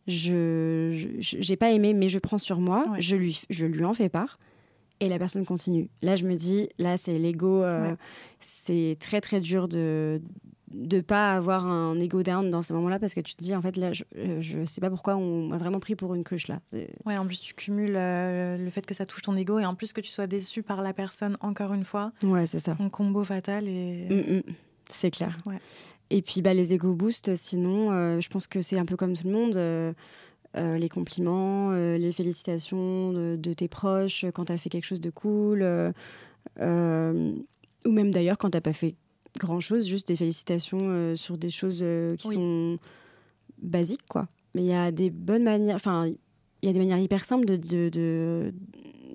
Speaker 2: Je je- j'ai pas aimé, mais je prends sur moi.
Speaker 1: Ouais.
Speaker 2: Je lui je lui en fais part. Et la personne continue. Là, je me dis, là, c'est l'ego. euh,
Speaker 1: Ouais.
Speaker 2: C'est très très dur de de pas avoir un ego down dans ces moments-là parce que tu te dis en fait là je, euh, je sais pas pourquoi on m'a vraiment pris pour une cruche là. C'est-
Speaker 1: Ouais, en plus, tu cumules euh, le fait que ça touche ton ego et en plus que tu sois déçu par la personne encore une fois.
Speaker 2: Ouais, c'est ça.
Speaker 1: Un combo fatal et.
Speaker 2: Mm, mm. C'est clair.
Speaker 1: Ouais.
Speaker 2: Et puis bah, les ego boosts, sinon, euh, je pense que c'est un peu comme tout le monde. euh, euh, les compliments, euh, les félicitations de, de tes proches euh, quand t'as fait quelque chose de cool, euh, euh, ou même d'ailleurs quand t'as pas fait grand chose, juste des félicitations euh, sur des choses euh, qui
Speaker 1: Oui.
Speaker 2: sont basiques, quoi. Mais il y a des bonnes manières, enfin, il y a des manières hyper simples de, de, de,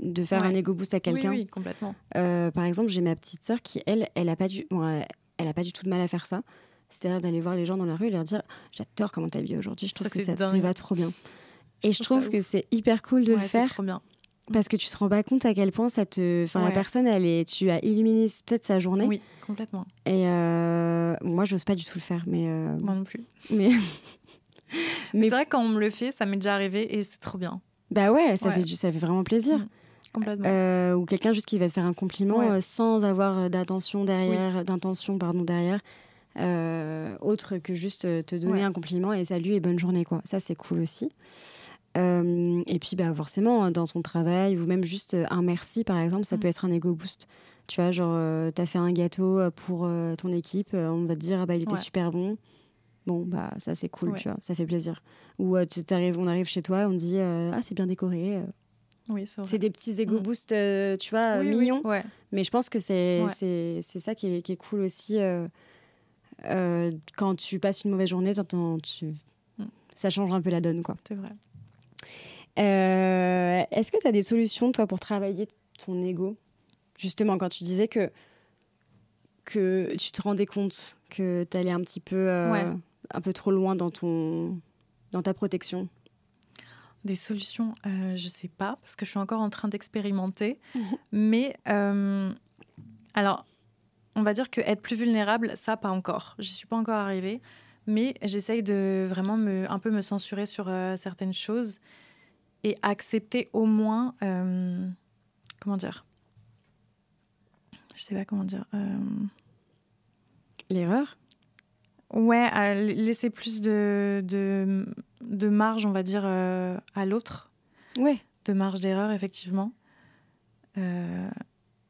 Speaker 2: de faire
Speaker 1: Ouais.
Speaker 2: un ego boost à quelqu'un.
Speaker 1: Oui, oui, complètement.
Speaker 2: Euh, par exemple, j'ai ma petite sœur qui, elle, elle a pas du, bon, elle- elle a pas du tout de mal à faire ça. C'est-à-dire d'aller voir les gens dans la rue et leur dire J'adore comment t'habilles aujourd'hui, je trouve
Speaker 1: Ça,
Speaker 2: que
Speaker 1: c'est
Speaker 2: ça te
Speaker 1: dingue.
Speaker 2: va trop bien. Et je
Speaker 1: trouve
Speaker 2: trouve
Speaker 1: ça
Speaker 2: que c'est hyper cool de
Speaker 1: Ouais,
Speaker 2: le
Speaker 1: c'est
Speaker 2: faire
Speaker 1: trop bien.
Speaker 2: parce que tu te rends pas compte à quel point ça te. Enfin, la
Speaker 1: Ouais.
Speaker 2: personne, elle est... tu as illuminé peut-être sa journée.
Speaker 1: Oui, complètement.
Speaker 2: Et euh, bon, moi, j'ose pas du tout le faire, mais. euh,
Speaker 1: Moi non plus.
Speaker 2: mais... mais
Speaker 1: C'est vrai, quand on me le fait, ça m'est déjà arrivé et c'est trop bien.
Speaker 2: bah ouais, ça,
Speaker 1: Ouais.
Speaker 2: Fait, du- ça fait vraiment plaisir.
Speaker 1: Mm. Complètement.
Speaker 2: Euh, ou quelqu'un juste qui va te faire un compliment
Speaker 1: Ouais.
Speaker 2: euh, sans avoir euh, d'attention derrière, d'intention pardon derrière, euh, autre que juste euh, te donner
Speaker 1: Ouais.
Speaker 2: un compliment et salut et bonne journée quoi. Ça c'est cool aussi. Euh, et puis bah forcément euh, dans ton travail ou même juste euh, un merci par exemple, ça
Speaker 1: Mm.
Speaker 2: peut être un ego boost. Tu vois genre euh, t'as fait un gâteau euh, pour euh, ton équipe, euh, on va te dire ah bah il était
Speaker 1: Ouais.
Speaker 2: super bon. Bon bah ça c'est cool
Speaker 1: Ouais.
Speaker 2: tu vois, ça fait plaisir. Ou euh, tu- t'arrives- on arrive chez toi, on dit euh, ah c'est bien décoré. euh,
Speaker 1: Oui, c'est vrai.
Speaker 2: C'est des petits ego
Speaker 1: Mm.
Speaker 2: boosts, euh, tu vois,
Speaker 1: Oui, oui,
Speaker 2: mignons.
Speaker 1: ouais.
Speaker 2: Mais je pense que c'est
Speaker 1: Ouais.
Speaker 2: c'est- c'est ça qui est, qui est cool aussi. euh, euh, quand tu passes une mauvaise journée, t'entends- tu-
Speaker 1: Mm.
Speaker 2: ça change un peu la donne. quoi.
Speaker 1: C'est vrai.
Speaker 2: Euh, Est-ce que tu as des solutions, toi, pour travailler ton ego Justement, quand tu disais que, que tu te rendais compte que tu allais un petit peu, euh,
Speaker 1: Ouais.
Speaker 2: un peu trop loin dans, ton, dans ta protection.
Speaker 1: Des solutions, euh, je sais pas, parce que je suis encore en train d'expérimenter.
Speaker 2: Mhm.
Speaker 1: Mais euh, alors, on va dire que être plus vulnérable, ça pas encore. Je suis pas encore arrivée, mais j'essaye de vraiment me, un peu me censurer sur euh, certaines choses et accepter au moins, euh, comment dire, je sais pas comment dire. euh,
Speaker 2: L'erreur
Speaker 1: Ouais, à la- laisser plus de, de, de marge, on va dire, euh, à l'autre,
Speaker 2: Ouais.
Speaker 1: de marge d'erreur, effectivement. Euh,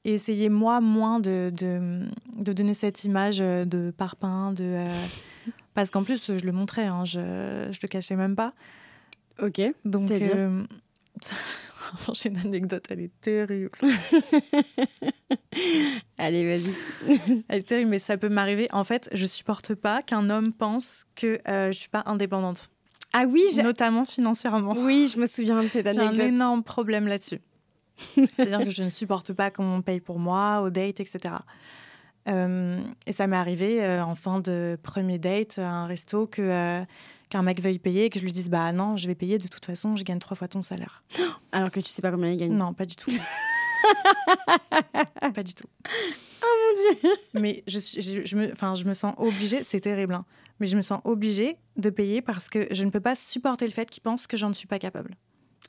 Speaker 1: et essayer, moi, moins de, de, de donner cette image euh, de parpaing, de. euh, parce qu'en plus, je le montrais, hein, je, je le cachais même pas.
Speaker 2: Ok.
Speaker 1: Donc.
Speaker 2: C'est-à-dire
Speaker 1: euh, J'ai une anecdote, elle est terrible.
Speaker 2: Allez, vas-y.
Speaker 1: Elle est terrible, mais ça peut m'arriver. En fait, je supporte pas qu'un homme pense que euh, je suis pas indépendante,
Speaker 2: Ah oui, je...
Speaker 1: notamment financièrement.
Speaker 2: oui, je me souviens de cette
Speaker 1: J'ai un
Speaker 2: anecdote.
Speaker 1: énorme problème là-dessus. C'est-à-dire que je ne supporte pas qu'on me paye pour moi, aux dates, etc. Euh, et ça m'est arrivé euh, en fin de premier date à un resto que euh, qu'un mec veuille payer et que je lui dise bah non je vais payer de toute façon je gagne trois fois ton salaire.
Speaker 2: Alors que tu sais pas combien il gagne.
Speaker 1: Non pas du tout. pas du tout. Oh mon dieu. Mais je suis je, je me enfin je me sens obligée c'est terrible hein, mais je me sens obligée de payer parce que je ne peux pas supporter le fait qu'il pense que j'en suis pas capable.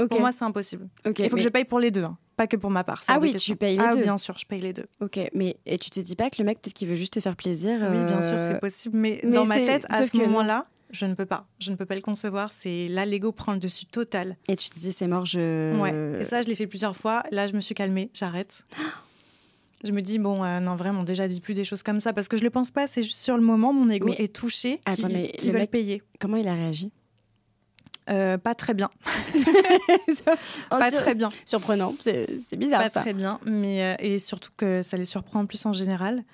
Speaker 2: Ok.
Speaker 1: Pour moi c'est impossible.
Speaker 2: ok,
Speaker 1: Il faut
Speaker 2: mais-
Speaker 1: que je paye pour les deux, hein. pas que pour ma part. c'est
Speaker 2: Ah
Speaker 1: hors de
Speaker 2: oui,
Speaker 1: question.
Speaker 2: tu payes les
Speaker 1: Ah,
Speaker 2: deux.
Speaker 1: bien sûr, je paye les deux.
Speaker 2: Ok, mais et tu te dis pas que le mec, peut-être qu'il veut juste te faire plaisir.
Speaker 1: Oui, bien sûr,
Speaker 2: euh,
Speaker 1: c'est possible. Mais,
Speaker 2: mais
Speaker 1: dans ma
Speaker 2: c'est-
Speaker 1: tête, à
Speaker 2: sauf
Speaker 1: ce
Speaker 2: que non.
Speaker 1: moment-là, je ne peux pas. Je ne peux pas le concevoir. C'est là, l'ego prend le dessus total.
Speaker 2: Et tu te dis, c'est mort, je.
Speaker 1: Ouais. Et ça, je l'ai fait plusieurs fois. Là, je me suis calmée. J'arrête. Je me dis, bon, euh, non, vraiment, déjà, dis plus des choses comme ça parce que je le pense pas. C'est juste sur le moment, mon ego
Speaker 2: Mais-
Speaker 1: est touché.
Speaker 2: Attends,
Speaker 1: qui,
Speaker 2: mais
Speaker 1: qui
Speaker 2: le
Speaker 1: veulent
Speaker 2: mec-
Speaker 1: payer.
Speaker 2: Comment il a réagi
Speaker 1: Euh, pas très bien.
Speaker 2: Pas
Speaker 1: Pas très bien.
Speaker 2: Oh, surprenant, c'est c'est bizarre
Speaker 1: pas
Speaker 2: ça.
Speaker 1: très bien. Mais, euh, et surtout que ça les surprend en plus en général.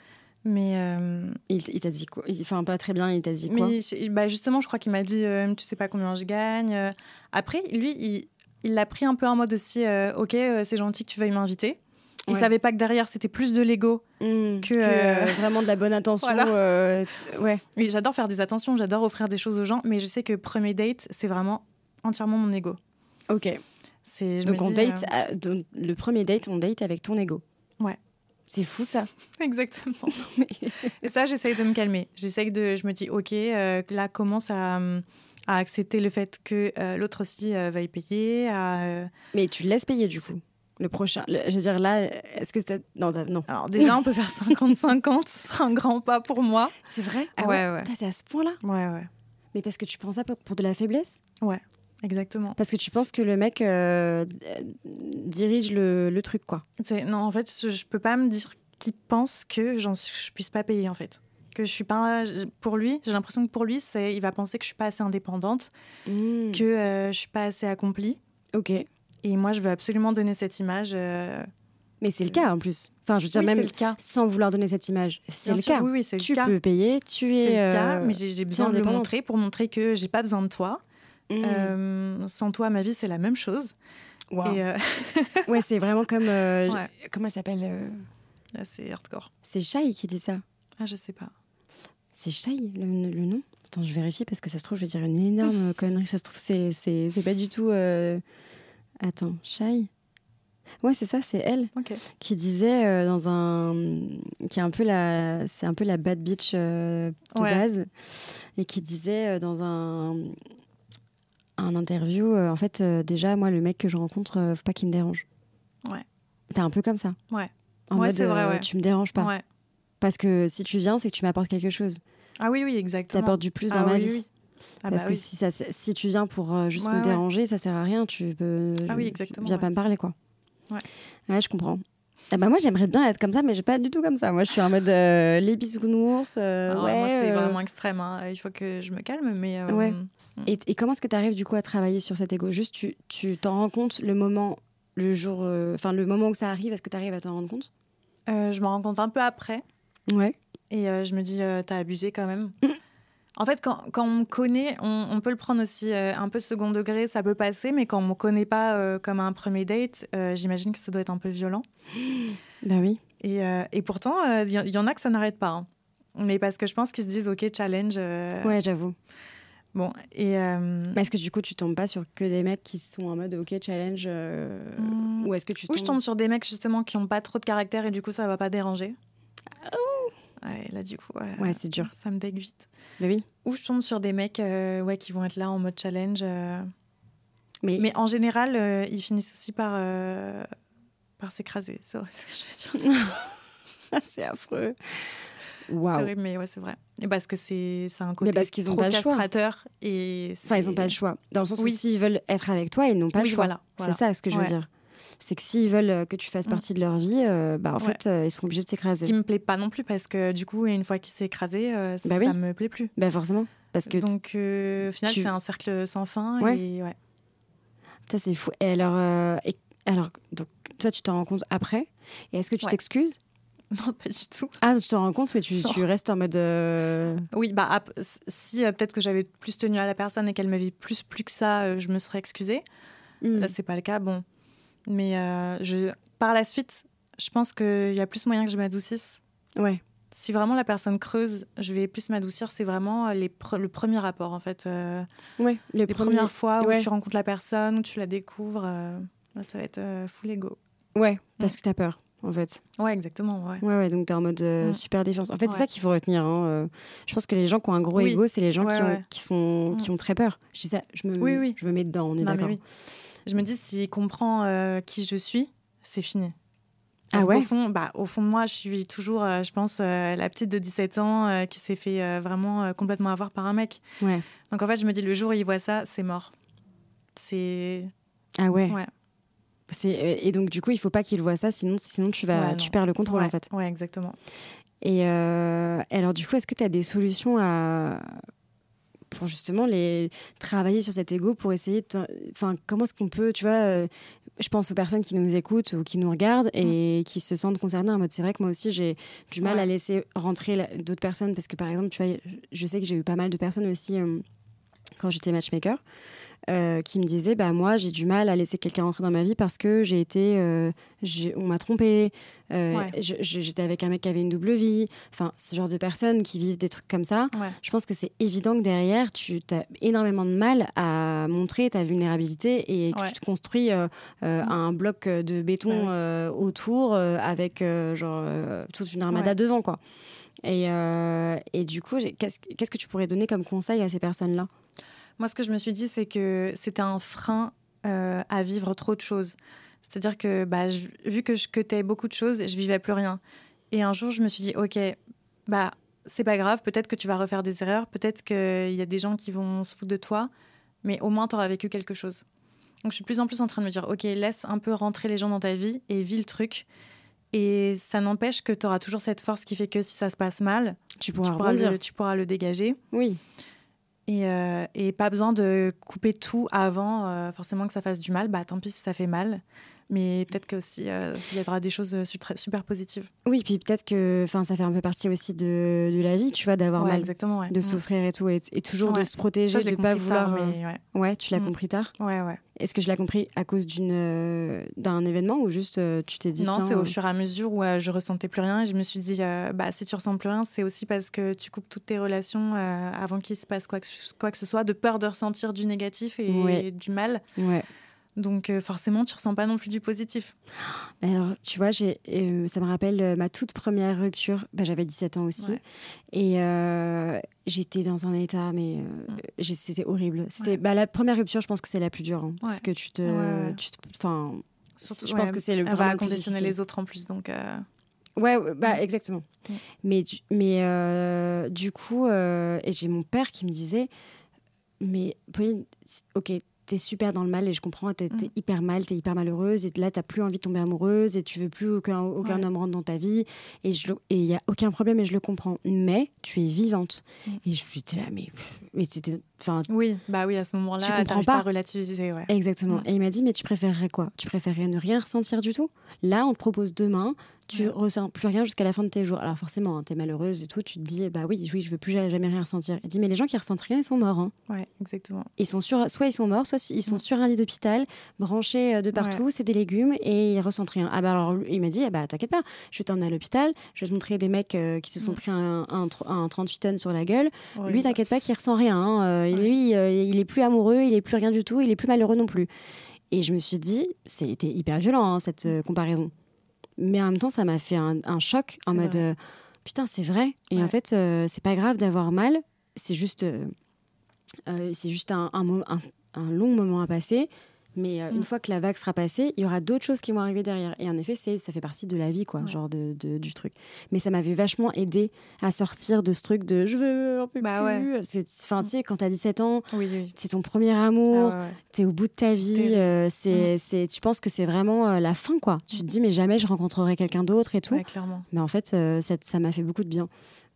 Speaker 1: Mais. euh,
Speaker 2: Il, il t'a dit quoi Il- Enfin, pas très bien, il t'a dit quoi
Speaker 1: Mais je- bah, justement, je crois qu'il m'a dit euh, tu sais pas combien je gagne. Euh, Après, lui, il- il l'a pris un peu en mode aussi euh, ok, euh, c'est gentil que tu veuilles m'inviter. Il
Speaker 2: Ouais.
Speaker 1: savait pas que derrière c'était plus de l'ego.
Speaker 2: Hmm,
Speaker 1: que,
Speaker 2: que euh, vraiment de la bonne intention.
Speaker 1: Voilà.
Speaker 2: euh, t- ouais.
Speaker 1: Oui, j'adore faire des attentions, j'adore offrir des choses aux gens, mais je sais que premier date, c'est vraiment entièrement mon ego.
Speaker 2: Ok.
Speaker 1: C'est je
Speaker 2: Donc
Speaker 1: me
Speaker 2: on
Speaker 1: dis, euh,
Speaker 2: date. à- donc, le premier date, on date avec ton ego.
Speaker 1: Ouais.
Speaker 2: C'est fou ça.
Speaker 1: Exactement. Et ça, j'essaye de me calmer. J'essaye de. Je me dis, OK, euh, là, commence à, euh, à accepter le fait que euh, l'autre aussi euh, veuille payer. à, euh,
Speaker 2: Mais tu le laisses payer du coup. Le prochain. le- je veux dire là, est-ce que c'était non t'as- non.
Speaker 1: Alors, déjà, on peut faire 50-50, c'est un grand pas pour moi.
Speaker 2: C'est vrai. Ah ouais.
Speaker 1: ouais, ouais.
Speaker 2: Putain, T'es à ce point là.
Speaker 1: Ouais, ouais.
Speaker 2: Mais parce que tu penses ça pour, pour de la faiblesse
Speaker 1: Exactement.
Speaker 2: Parce que tu penses que le mec euh, d- euh, dirige le, le truc quoi.
Speaker 1: C'est- Non, en fait, je, je peux pas me dire qu'il pense que j'en suis- je puisse pas payer, en fait. Que je suis pas. je- Pour lui, j'ai l'impression que pour lui, c'est, il va penser que je suis pas assez indépendante,
Speaker 2: Hmm.
Speaker 1: que euh, je suis pas assez accomplie.
Speaker 2: Ok.
Speaker 1: Et moi, je veux absolument donner cette image. euh,
Speaker 2: Mais c'est le cas en plus. Enfin, je veux dire,
Speaker 1: oui,
Speaker 2: même
Speaker 1: c'est le cas.
Speaker 2: sans vouloir donner cette image, c'est
Speaker 1: Bien
Speaker 2: le
Speaker 1: sûr,
Speaker 2: cas.
Speaker 1: Oui, oui, c'est
Speaker 2: tu
Speaker 1: le cas.
Speaker 2: peux payer, tu es.
Speaker 1: C'est le cas,
Speaker 2: euh,
Speaker 1: mais j'ai, j'ai besoin de le
Speaker 2: indépendante.
Speaker 1: montrer pour montrer que j'ai pas besoin de toi.
Speaker 2: mm,
Speaker 1: Euh, sans toi, ma vie, c'est la même chose.
Speaker 2: waouh.
Speaker 1: Et euh,
Speaker 2: mmh. Ouais, c'est vraiment comme. euh,
Speaker 1: Ouais.
Speaker 2: Comment elle s'appelle euh,
Speaker 1: là, c'est hardcore.
Speaker 2: C'est Shai qui dit ça.
Speaker 1: Ah, je sais pas.
Speaker 2: C'est Shai le, le nom Attends, je vérifie parce que ça se trouve, je vais dire une énorme connerie. Ça se trouve, c'est, c'est, c'est pas du tout. euh, Attends, Shai Ouais, c'est ça, c'est elle
Speaker 1: Ok.
Speaker 2: qui disait euh, dans un qui est un peu la c'est un peu la bad bitch euh, de
Speaker 1: Ouais.
Speaker 2: base et qui disait euh, dans un un interview euh, en fait euh, déjà moi le mec que je rencontre euh, faut pas qu'il me dérange.
Speaker 1: Ouais.
Speaker 2: T'es un peu comme ça.
Speaker 1: Ouais.
Speaker 2: En
Speaker 1: Ouais,
Speaker 2: mode
Speaker 1: c'est vrai,
Speaker 2: euh,
Speaker 1: ouais.
Speaker 2: tu me déranges pas
Speaker 1: Ouais.
Speaker 2: parce que si tu viens c'est que tu m'apportes quelque chose.
Speaker 1: Ah oui, oui, exactement.
Speaker 2: T'apportes du plus dans
Speaker 1: Ah
Speaker 2: ma
Speaker 1: oui,
Speaker 2: vie.
Speaker 1: oui. Ah
Speaker 2: Parce
Speaker 1: bah
Speaker 2: que
Speaker 1: oui.
Speaker 2: si, ça, si tu viens pour euh, juste
Speaker 1: Ouais,
Speaker 2: me
Speaker 1: ouais.
Speaker 2: déranger, ça sert à rien. Tu peux.
Speaker 1: Ah oui,
Speaker 2: je-
Speaker 1: exactement,
Speaker 2: Viens
Speaker 1: ouais.
Speaker 2: pas me parler, quoi.
Speaker 1: Ouais.
Speaker 2: Ouais, je comprends. Ah bah moi, j'aimerais bien être comme ça, mais j'ai pas du tout comme ça. Moi, je suis en mode euh, les bisounours. euh,
Speaker 1: Alors,
Speaker 2: ouais,
Speaker 1: Ah, moi, c'est
Speaker 2: euh,
Speaker 1: vraiment extrême. hein. Il faut que je me calme, mais. euh,
Speaker 2: Ouais. Et, et comment est-ce que tu arrives du coup à travailler sur cet ego Juste, tu tu t'en rends compte le moment le jour, euh, enfin le moment où ça arrive, est-ce que tu arrives à t'en rendre compte
Speaker 1: Euh, je m'en rends compte un peu après
Speaker 2: Ouais.
Speaker 1: et euh, je me dis, euh, t'as abusé quand même.
Speaker 2: Mm.
Speaker 1: En fait, quand, quand on me connaît, on, on peut le prendre aussi euh, un peu second degré, ça peut passer, mais quand on me connaît pas euh, comme à un premier date, euh, j'imagine que ça doit être un peu violent.
Speaker 2: Bah oui.
Speaker 1: Et, euh, et pourtant, il y, y en a que ça n'arrête pas. hein. Mais parce que je pense qu'ils se disent, OK, challenge. euh,
Speaker 2: Ouais, j'avoue.
Speaker 1: Bon, et. euh,
Speaker 2: Mais est-ce que du coup tu tombes pas sur que des mecs qui sont en mode ok challenge euh,
Speaker 1: mm,
Speaker 2: ou est-ce que tu
Speaker 1: ou je tombe sur des mecs justement qui n'ont pas trop de caractère et du coup, ça va pas déranger. Ouais, là, du coup, euh,
Speaker 2: Oh. Ouais, c'est dur.
Speaker 1: ça me dégue vite.
Speaker 2: Bah oui.
Speaker 1: Ou je tombe sur des mecs euh, ouais, qui vont être là en mode challenge. euh,
Speaker 2: Mais,
Speaker 1: Mais en général, euh, ils finissent aussi par, euh, par s'écraser. C'est horrible ce que je veux dire.
Speaker 2: c'est affreux.
Speaker 1: C'est
Speaker 2: Waouh.
Speaker 1: horrible, mais ouais, c'est vrai. Et parce que c'est c'est un côté
Speaker 2: Mais parce qu'ils ont
Speaker 1: trop
Speaker 2: pas le choix.
Speaker 1: castrateur. Et
Speaker 2: Enfin, ils
Speaker 1: c'est-
Speaker 2: n'ont pas le choix. Dans le sens où
Speaker 1: Oui.
Speaker 2: s'ils veulent être avec toi, ils n'ont pas
Speaker 1: Oui,
Speaker 2: le choix.
Speaker 1: voilà, voilà.
Speaker 2: C'est ça ce que je veux
Speaker 1: Ouais.
Speaker 2: dire. C'est que s'ils veulent euh, que tu fasses
Speaker 1: Mm.
Speaker 2: partie de leur vie, euh, bah, en
Speaker 1: Ouais.
Speaker 2: fait, euh, ils seront obligés de
Speaker 1: Ce
Speaker 2: s'écraser.
Speaker 1: qui me plaît pas non plus, parce que du coup, une fois qu'il s'est écrasé, euh,
Speaker 2: Bah
Speaker 1: ça
Speaker 2: oui.
Speaker 1: me plaît plus.
Speaker 2: Bah forcément. Parce que
Speaker 1: Donc, euh, au final,
Speaker 2: tu-
Speaker 1: c'est un cercle sans fin.
Speaker 2: Ouais.
Speaker 1: Et, ouais.
Speaker 2: ça, c'est fou. Et alors, euh, et- alors donc, toi, tu t'en rends compte après. Et est-ce que tu
Speaker 1: Ouais.
Speaker 2: t'excuses
Speaker 1: Non, pas du tout.
Speaker 2: Ah, tu t'en rends compte, mais tu,
Speaker 1: Non.
Speaker 2: tu restes en mode. euh,
Speaker 1: Oui, bah, ap- si euh, peut-être que j'avais plus tenu à la personne et qu'elle m'avait plus plus que ça, euh, je me serais excusée.
Speaker 2: hmm.
Speaker 1: Là, c'est pas le cas, bon. Mais euh, je, par la suite, je pense qu'il y a plus moyen que je m'adoucisse.
Speaker 2: hmm, Ouais.
Speaker 1: Si vraiment la personne creuse, je vais plus m'adoucir. C'est vraiment euh, les pre- le premier rapport, en fait. euh,
Speaker 2: Ouais. Le
Speaker 1: les
Speaker 2: premier-
Speaker 1: premières fois où
Speaker 2: ouais.
Speaker 1: tu rencontres la personne, où tu la découvres, euh, là, ça va être euh, full ego. Mm.
Speaker 2: Ouais, parce que t'as peur, en fait.
Speaker 1: Ouais, exactement, ouais.
Speaker 2: Ouais, ouais, donc t'es en mode euh,
Speaker 1: Mm.
Speaker 2: super défense. En fait, c'est
Speaker 1: Ouais.
Speaker 2: ça qu'il faut retenir. hein, euh. Je pense que les gens qui ont un gros
Speaker 1: Oui.
Speaker 2: ego, c'est les gens qui,
Speaker 1: Ouais,
Speaker 2: ont,
Speaker 1: ouais.
Speaker 2: qui, sont, qui
Speaker 1: Mm.
Speaker 2: ont très peur. Je dis ça, je me,
Speaker 1: Oui, oui.
Speaker 2: Je me mets dedans, on est
Speaker 1: Non, mais
Speaker 2: d'accord.
Speaker 1: oui. Je me dis, s'il comprend euh, qui je suis, c'est fini.
Speaker 2: Ah
Speaker 1: Parce qu'au
Speaker 2: ouais
Speaker 1: fond, bah, au fond de moi, je suis toujours, euh, je pense, euh, la petite de 17 ans euh, qui s'est fait euh, vraiment euh, complètement avoir par un mec.
Speaker 2: Ouais.
Speaker 1: Donc en fait, je me dis, le jour où il voit ça, c'est mort. C'est.
Speaker 2: Ah ouais,
Speaker 1: Ouais.
Speaker 2: C'est- euh, Et donc, du coup, il faut pas qu'ils voient ça, sinon, sinon tu, vas,
Speaker 1: Ouais,
Speaker 2: tu
Speaker 1: non.
Speaker 2: perds le contrôle,
Speaker 1: ouais.
Speaker 2: en fait.
Speaker 1: Ouais, exactement.
Speaker 2: Et euh, alors, du coup, est-ce que t'as des solutions à pour justement les travailler sur cet ego pour essayer de t'en- enfin comment est-ce qu'on peut tu vois euh, je pense aux personnes qui nous écoutent ou qui nous regardent et qui se sentent concernées en mode c'est vrai que moi aussi j'ai du mal
Speaker 1: Ouais.
Speaker 2: à laisser rentrer la- d'autres personnes parce que par exemple tu vois je sais que j'ai eu pas mal de personnes aussi euh, quand j'étais matchmaker euh, qui me disaient bah moi j'ai du mal à laisser quelqu'un rentrer dans ma vie parce que j'ai été euh, j'ai- on m'a trompé
Speaker 1: Ouais.
Speaker 2: j'étais avec un mec qui avait une double vie enfin ce genre de personnes qui vivent des trucs comme ça
Speaker 1: Ouais.
Speaker 2: je pense que c'est évident que derrière, tu as énormément de mal à montrer ta vulnérabilité et que
Speaker 1: Ouais. Mm. Bah
Speaker 2: tu te construis euh, euh, un bloc de béton
Speaker 1: Ouais, ouais.
Speaker 2: euh, autour euh, avec euh, genre, euh, toute une armada
Speaker 1: Ouais.
Speaker 2: devant. quoi. Et, euh, et du coup, j'ai- qu'est-ce qu'est-ce que tu pourrais donner comme conseil à ces personnes-là
Speaker 1: Moi, ce que je me suis dit, c'est que c'était un frein euh, à vivre trop de choses. C'est-à-dire que, bah, je- vu que je cutais beaucoup de choses, je vivais plus rien. Et un jour, je me suis dit, OK, bah, c'est pas grave, peut-être que tu vas refaire des erreurs, peut-être qu'il y a des gens qui vont se foutre de toi, mais au moins, tu auras vécu quelque chose. Donc, je suis de plus en plus en train de me dire, OK, laisse un peu rentrer les gens dans ta vie et vis le truc. Et ça n'empêche que tu auras toujours cette force qui fait que si ça se passe mal,
Speaker 2: Tu
Speaker 1: tu
Speaker 2: pourras
Speaker 1: pourras
Speaker 2: rebondir.
Speaker 1: le- tu pourras le dégager.
Speaker 2: Oui,
Speaker 1: Et, euh, et pas besoin de couper tout avant, euh, forcément que ça fasse du mal. Bah tant pis si ça fait mal. Mais peut-être que aussi, euh, il y aura des choses euh, super, super positives.
Speaker 2: oui puis peut-être que enfin, ça fait un peu partie aussi de, de la vie, tu vois, d'avoir
Speaker 1: Ouais,
Speaker 2: mal,
Speaker 1: exactement. Ouais.
Speaker 2: de souffrir et tout, et, et toujours de
Speaker 1: Ouais.
Speaker 2: se protéger,
Speaker 1: Ça, je
Speaker 2: de
Speaker 1: l'ai
Speaker 2: ne pas
Speaker 1: compris tard,
Speaker 2: vouloir...
Speaker 1: mais ouais.
Speaker 2: euh, Ouais, tu l'as
Speaker 1: Mm.
Speaker 2: compris tard
Speaker 1: Ouais, ouais.
Speaker 2: Est-ce que je l'ai compris à cause d'une euh, d'un événement ou juste euh, tu t'es dit
Speaker 1: Non,
Speaker 2: tiens,
Speaker 1: c'est au
Speaker 2: euh,
Speaker 1: fur et à mesure où euh, je ressentais plus rien et je me suis dit, euh, bah si tu ressens plus rien, c'est aussi parce que tu coupes toutes tes relations euh, avant qu'il se passe quoi que, ce- quoi que ce soit, de peur de ressentir du négatif et
Speaker 2: Ouais.
Speaker 1: du mal.
Speaker 2: ouais.
Speaker 1: Donc euh, forcément, tu ressens pas non plus du positif.
Speaker 2: Mais Alors tu vois, j'ai euh, ça me rappelle euh, ma toute première rupture. Bah, j'avais 17 ans aussi
Speaker 1: Ouais.
Speaker 2: et euh, j'étais dans un état mais euh,
Speaker 1: Mm.
Speaker 2: j'ai- c'était horrible. C'était
Speaker 1: Ouais.
Speaker 2: bah, la première rupture, je pense que c'est la plus dure hein, parce
Speaker 1: Ouais.
Speaker 2: que tu te
Speaker 1: Ouais, ouais.
Speaker 2: tu te- enfin
Speaker 1: Surtout,
Speaker 2: je pense
Speaker 1: ouais,
Speaker 2: que c'est le
Speaker 1: elle va
Speaker 2: vraiment le plus
Speaker 1: conditionner
Speaker 2: difficile.
Speaker 1: les autres en plus. Donc euh,
Speaker 2: Ouais, ouais, bah exactement.
Speaker 1: Mm.
Speaker 2: Mais du, mais euh, du coup, euh, et j'ai mon père qui me disait, mais Pauline, c- ok, t'es super dans le mal et je comprends, t'es
Speaker 1: Mm.
Speaker 2: es hyper mal, t'es hyper malheureuse et là t'as plus envie de tomber amoureuse et tu veux plus aucun, aucun
Speaker 1: Ouais.
Speaker 2: homme rentre dans ta vie et il et y a aucun problème et je le comprends. Mais tu es vivante.
Speaker 1: Mm.
Speaker 2: Et je lui dis là, mais, mais t'étais- enfin,
Speaker 1: Oui, bah oui, à ce
Speaker 2: Tu
Speaker 1: moment-là,
Speaker 2: comprends
Speaker 1: t'arrives pas.
Speaker 2: pas.
Speaker 1: à relativiser, ouais.
Speaker 2: Exactement.
Speaker 1: Ouais.
Speaker 2: Et il m'a dit, mais tu préférerais quoi Tu préférerais ne rien ressentir du tout Là, on te propose demain, tu
Speaker 1: Ouais.
Speaker 2: ressens plus rien jusqu'à la fin de tes jours. Alors forcément, hein, t'es malheureuse et tout, tu te dis, eh bah oui, oui, je veux plus ja- jamais rien ressentir. Il dit, mais les gens qui ressentent rien, ils sont morts. hein.
Speaker 1: Ouais, exactement.
Speaker 2: Ils sont sur, soit ils sont morts, soit ils sont
Speaker 1: Ouais.
Speaker 2: sur un lit d'hôpital, branchés euh, de partout, c'est des légumes et ils ressentent rien. Ah bah alors, il m'a dit, ah bah t'inquiète pas, je vais t'emmener à l'hôpital, je vais te montrer des mecs euh, qui se sont
Speaker 1: Mm.
Speaker 2: pris un, un tr- un 38 tonnes sur la gueule. Lui,
Speaker 1: Horrible.
Speaker 2: t'inquiète pas, qu'il ressent rien. hein. Euh,
Speaker 1: Ouais.
Speaker 2: Lui, euh, il est plus amoureux, il est plus rien du tout, il est plus malheureux non plus. Et je me suis dit, c'était hyper violent hein, cette euh, comparaison. Mais en même temps, ça m'a fait un, un choc en
Speaker 1: C'est
Speaker 2: mode euh, putain, c'est vrai. Et en
Speaker 1: Ouais.
Speaker 2: fait, euh, c'est pas grave d'avoir mal. C'est juste, euh, euh, c'est juste un, un mo- un- un long moment à passer. Mais euh,
Speaker 1: Mm.
Speaker 2: une fois que la vague sera passée, il y aura d'autres choses qui vont arriver derrière. Et en effet, c'est ça fait partie de la vie, quoi,
Speaker 1: Ouais.
Speaker 2: genre de, de- du truc. Mais ça m'avait vachement aidé à sortir de ce truc de je veux un peu
Speaker 1: Bah
Speaker 2: plus. C'est- Enfin, tu sais, quand t'as 17 ans,
Speaker 1: Oui, oui.
Speaker 2: c'est ton premier
Speaker 1: Ah
Speaker 2: amour,
Speaker 1: ouais, ouais.
Speaker 2: t'es au bout de ta
Speaker 1: C'est
Speaker 2: vie,
Speaker 1: terrible. Mm.
Speaker 2: euh, c'est, c'est, tu penses que c'est vraiment euh, la fin, quoi. Tu te dis, mais jamais je rencontrerai quelqu'un d'autre et tout.
Speaker 1: Ouais, clairement.
Speaker 2: Mais en fait, euh, ça ça m'a fait beaucoup de bien.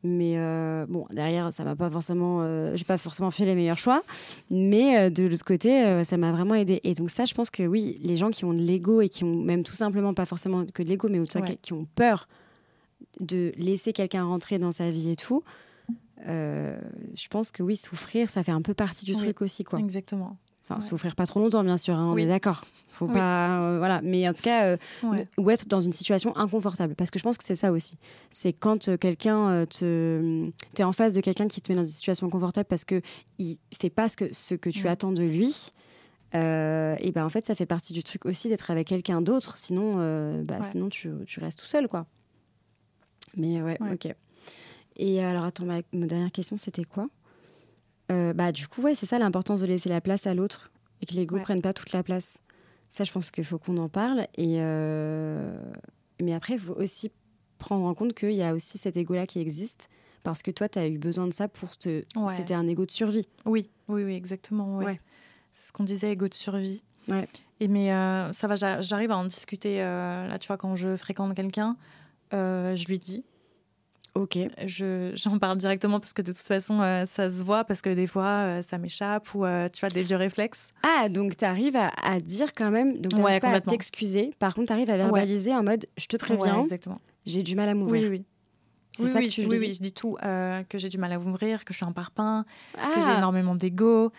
Speaker 2: Mais euh, bon, derrière, ça m'a pas forcément, euh, j'ai pas forcément fait les meilleurs choix, mais euh, de l'autre côté, euh, ça m'a vraiment aidé. Et donc ça, je pense que oui, les gens qui ont de l'ego et qui ont même tout simplement pas forcément que de l'ego, mais autant
Speaker 1: Ouais.
Speaker 2: qui- qui ont peur de laisser quelqu'un rentrer dans sa vie et tout, euh, je pense que oui, souffrir, ça fait un peu partie du
Speaker 1: Oui.
Speaker 2: truc aussi, quoi.
Speaker 1: Exactement.
Speaker 2: Enfin,
Speaker 1: Ouais.
Speaker 2: souffrir pas trop longtemps, bien sûr, hein, on
Speaker 1: Oui.
Speaker 2: est d'accord. Faut
Speaker 1: Oui.
Speaker 2: pas, euh, voilà. Mais en tout cas, euh,
Speaker 1: Ouais.
Speaker 2: ne- ou être dans une situation inconfortable. Parce que je pense que c'est ça aussi. C'est quand euh, quelqu'un euh, te. T'es en face de quelqu'un qui te met dans une situation inconfortable parce que il fait pas ce que, ce que tu
Speaker 1: Ouais.
Speaker 2: attends de lui. euh, et ben en fait, ça fait partie du truc aussi d'être avec quelqu'un d'autre. Sinon, euh, bah,
Speaker 1: Ouais.
Speaker 2: sinon tu, tu restes tout seul, quoi. Mais ouais,
Speaker 1: Ouais.
Speaker 2: ok. Et alors, attends, ma, ma dernière question, c'était quoi Euh, Bah, du coup, ouais, c'est ça l'importance de laisser la place à l'autre et que l'ego
Speaker 1: Ouais.
Speaker 2: prenne pas toute la place. Ça, je pense qu'il faut qu'on en parle. Et euh, Mais après, il faut aussi prendre en compte qu'il y a aussi cet ego-là qui existe. Parce que toi, tu as eu besoin de ça pour te.
Speaker 1: Ouais.
Speaker 2: C'était un ego de survie.
Speaker 1: Oui, oui, oui, exactement. ouais.
Speaker 2: Ouais.
Speaker 1: C'est ce qu'on disait, ego de survie.
Speaker 2: Ouais.
Speaker 1: Et mais euh, ça va, j'a- j'arrive à en discuter. euh, là, tu vois, quand je fréquente quelqu'un, euh, je lui dis,
Speaker 2: Ok.
Speaker 1: je, j'en parle directement parce que de toute façon, euh, ça se voit parce que des fois, euh, ça m'échappe ou euh, tu vois, des vieux réflexes.
Speaker 2: Ah, donc tu arrives à, à dire quand même. Donc, t'arrives
Speaker 1: Ouais,
Speaker 2: pas à
Speaker 1: complètement.
Speaker 2: t'excuser. Par contre, tu arrives à verbaliser en mode je te
Speaker 1: Ouais,
Speaker 2: préviens,
Speaker 1: exactement.
Speaker 2: j'ai du mal à
Speaker 1: Oui,
Speaker 2: m'ouvrir.
Speaker 1: oui.
Speaker 2: C'est
Speaker 1: oui,
Speaker 2: ça
Speaker 1: oui,
Speaker 2: que tu
Speaker 1: oui,
Speaker 2: dis.
Speaker 1: oui, je dis tout, euh, que j'ai du mal à ouvrir, que je suis un parpaing,
Speaker 2: Ah.
Speaker 1: que j'ai énormément d'ego,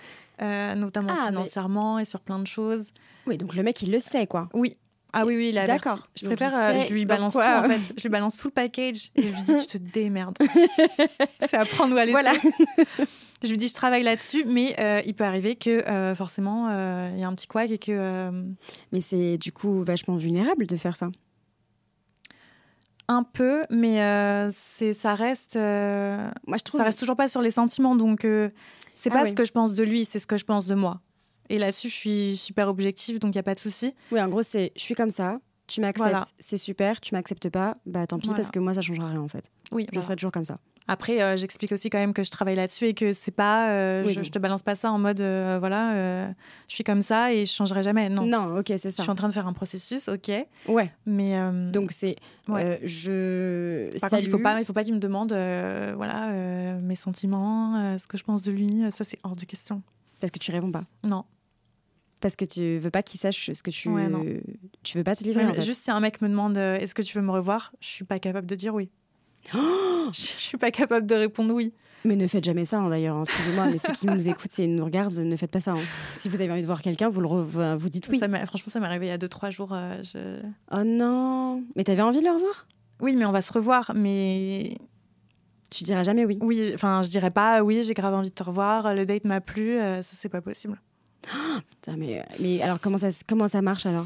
Speaker 1: euh, notamment
Speaker 2: Ah, mais-
Speaker 1: financièrement et sur plein de choses.
Speaker 2: Oui, donc le mec, il le sait, quoi.
Speaker 1: Oui. Ah oui, oui, il a averti.
Speaker 2: D'accord.
Speaker 1: Je
Speaker 2: Donc,
Speaker 1: préfère,
Speaker 2: il
Speaker 1: euh,
Speaker 2: sait
Speaker 1: je lui
Speaker 2: dans
Speaker 1: balance
Speaker 2: quoi-
Speaker 1: tout, en fait. Je lui balance tout le package. Et je lui dis, tu te démerdes. C'est à prendre ou à laisser.
Speaker 2: Voilà.
Speaker 1: Je lui dis, je travaille là-dessus, mais euh, il peut arriver que, euh, forcément, euh, il y a un petit couac et que... euh,
Speaker 2: Mais c'est du coup vachement vulnérable de faire ça.
Speaker 1: un peu, mais euh, c'est, ça reste... euh,
Speaker 2: Moi, je trouve.
Speaker 1: ça reste toujours pas sur les sentiments, donc euh, c'est
Speaker 2: Ah
Speaker 1: pas
Speaker 2: ouais.
Speaker 1: ce que je pense de lui, c'est ce que je pense de moi. Et là-dessus, je suis super objective, donc il n'y a pas de souci.
Speaker 2: Oui, en gros, c'est je suis comme ça, tu m'acceptes,
Speaker 1: Voilà.
Speaker 2: c'est super, tu m'acceptes pas, bah tant pis,
Speaker 1: Voilà.
Speaker 2: parce que moi, ça changera rien en fait.
Speaker 1: Oui,
Speaker 2: Je
Speaker 1: voilà.
Speaker 2: serai toujours comme ça.
Speaker 1: Après, euh, j'explique aussi quand même que je travaille là-dessus et que c'est pas, euh,
Speaker 2: Oui,
Speaker 1: je,
Speaker 2: non.
Speaker 1: je te balance pas ça en mode, euh, voilà, euh, je suis comme ça et je changerai jamais. Non,
Speaker 2: Non, ok, c'est
Speaker 1: je
Speaker 2: ça.
Speaker 1: suis en train de faire un processus, ok,
Speaker 2: Ouais,
Speaker 1: mais euh,
Speaker 2: donc c'est.
Speaker 1: Ouais.
Speaker 2: euh, je.
Speaker 1: par contre, il faut
Speaker 2: salue-
Speaker 1: pas, il faut pas qu'il me demande, euh, voilà, euh, mes sentiments, euh, ce que je pense de lui, euh, ça c'est hors de question.
Speaker 2: Parce que tu réponds pas.
Speaker 1: Non,
Speaker 2: Parce que tu veux pas qu'il sache ce que tu.
Speaker 1: Ouais, non.
Speaker 2: Tu veux pas te livrer en fait.
Speaker 1: juste si un mec me demande, euh, est-ce que tu veux me revoir, je suis pas capable de dire oui. je, je suis pas capable de répondre oui.
Speaker 2: Mais ne faites jamais ça hein, d'ailleurs, hein, excusez-moi, mais ceux qui nous écoutent et nous regardent, ne faites pas ça. hein. Si vous avez envie de voir quelqu'un, vous, le re- vous dites oui.
Speaker 1: Ça m'est- franchement, ça m'est arrivé il y a deux trois jours. euh, je-
Speaker 2: Oh non Mais t'avais envie de le revoir
Speaker 1: Oui, mais on va se revoir, mais
Speaker 2: Tu diras jamais oui.
Speaker 1: Oui, enfin, je dirais pas oui, j'ai grave envie de te revoir, le date m'a plu, euh, ça c'est pas possible.
Speaker 2: Putain, mais, euh, mais alors comment ça, comment ça marche alors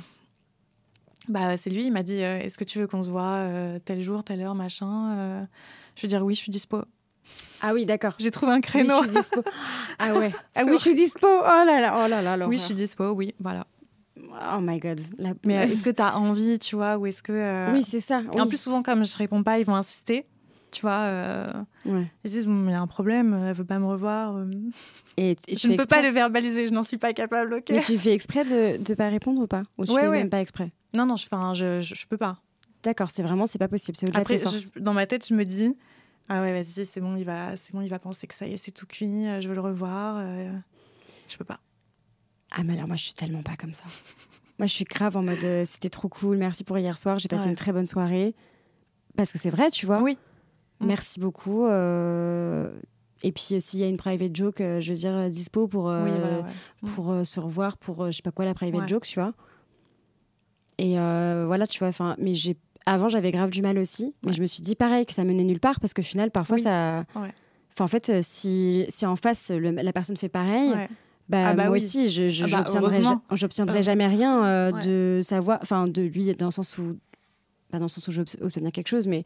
Speaker 1: Bah, c'est lui, il m'a dit euh, est-ce que tu veux qu'on se voit euh, tel jour, telle heure, machin euh, Je veux dire oui, je suis dispo.
Speaker 2: Ah oui, d'accord.
Speaker 1: J'ai trouvé un
Speaker 2: Oui,
Speaker 1: créneau.
Speaker 2: je suis dispo. Ah ouais. Ah
Speaker 1: C'est
Speaker 2: oui, je suis dispo. Oh là là, oh là là. l'horreur.
Speaker 1: Oui, je suis dispo, oui, voilà.
Speaker 2: Oh my god. La-
Speaker 1: Mais euh, est-ce que t'as envie, tu vois, ou est-ce que. euh,
Speaker 2: oui, c'est ça. oui.
Speaker 1: En plus, souvent, comme je réponds pas, ils vont insister. tu vois. euh,
Speaker 2: Ouais.
Speaker 1: Ils se disent, Bon, il y a un problème, elle veut pas me revoir. euh.
Speaker 2: Et, et tu
Speaker 1: Je
Speaker 2: fais
Speaker 1: ne peux
Speaker 2: exprès
Speaker 1: pas le verbaliser, je n'en suis pas capable, ok
Speaker 2: Mais tu fais exprès de ne pas répondre ou pas Ou tu
Speaker 1: Ouais,
Speaker 2: fais
Speaker 1: ouais.
Speaker 2: même pas exprès
Speaker 1: Non, non, je, enfin, je, je, je peux pas.
Speaker 2: D'accord, c'est vraiment, c'est pas possible. C'est au-delà de
Speaker 1: Après,
Speaker 2: tes forces.
Speaker 1: je- dans ma tête, je me dis, ah ouais, vas-y, c'est bon, il va, c'est bon, il va penser que ça y est, c'est tout cuit, euh, je veux le revoir. euh, je peux pas.
Speaker 2: Ah, mais alors moi, je suis tellement pas comme ça. moi, je suis grave en mode euh, c'était trop cool, merci pour hier soir, j'ai passé
Speaker 1: Ouais.
Speaker 2: une très bonne soirée. Parce que c'est vrai, tu vois.
Speaker 1: Oui. Mm.
Speaker 2: Merci beaucoup. euh, Et puis, euh, s'il y a une private joke, euh, je veux dire, euh, dispo pour, euh,
Speaker 1: Oui, voilà, ouais.
Speaker 2: pour euh, se revoir, pour euh, je sais pas quoi, la private
Speaker 1: Ouais.
Speaker 2: joke, tu vois. Et euh, voilà, tu vois, enfin, mais j'ai. Avant, j'avais grave du mal aussi, mais je me suis dit pareil que ça menait nulle part parce que au final, parfois,
Speaker 1: Oui.
Speaker 2: ça.
Speaker 1: Ouais.
Speaker 2: Enfin, en fait, euh, si, si en face le- la personne fait pareil,
Speaker 1: Ouais.
Speaker 2: bah,
Speaker 1: Ah bah
Speaker 2: moi
Speaker 1: oui.
Speaker 2: aussi, je je-
Speaker 1: Ah bah,
Speaker 2: j'obtiendrai ja-
Speaker 1: heureusement.
Speaker 2: j'obtiendrai
Speaker 1: Heureusement.
Speaker 2: jamais rien euh,
Speaker 1: Ouais.
Speaker 2: de savoir, enfin, de lui, dans le sens où, pas dans le sens où je vais ob- obtenir quelque chose, mais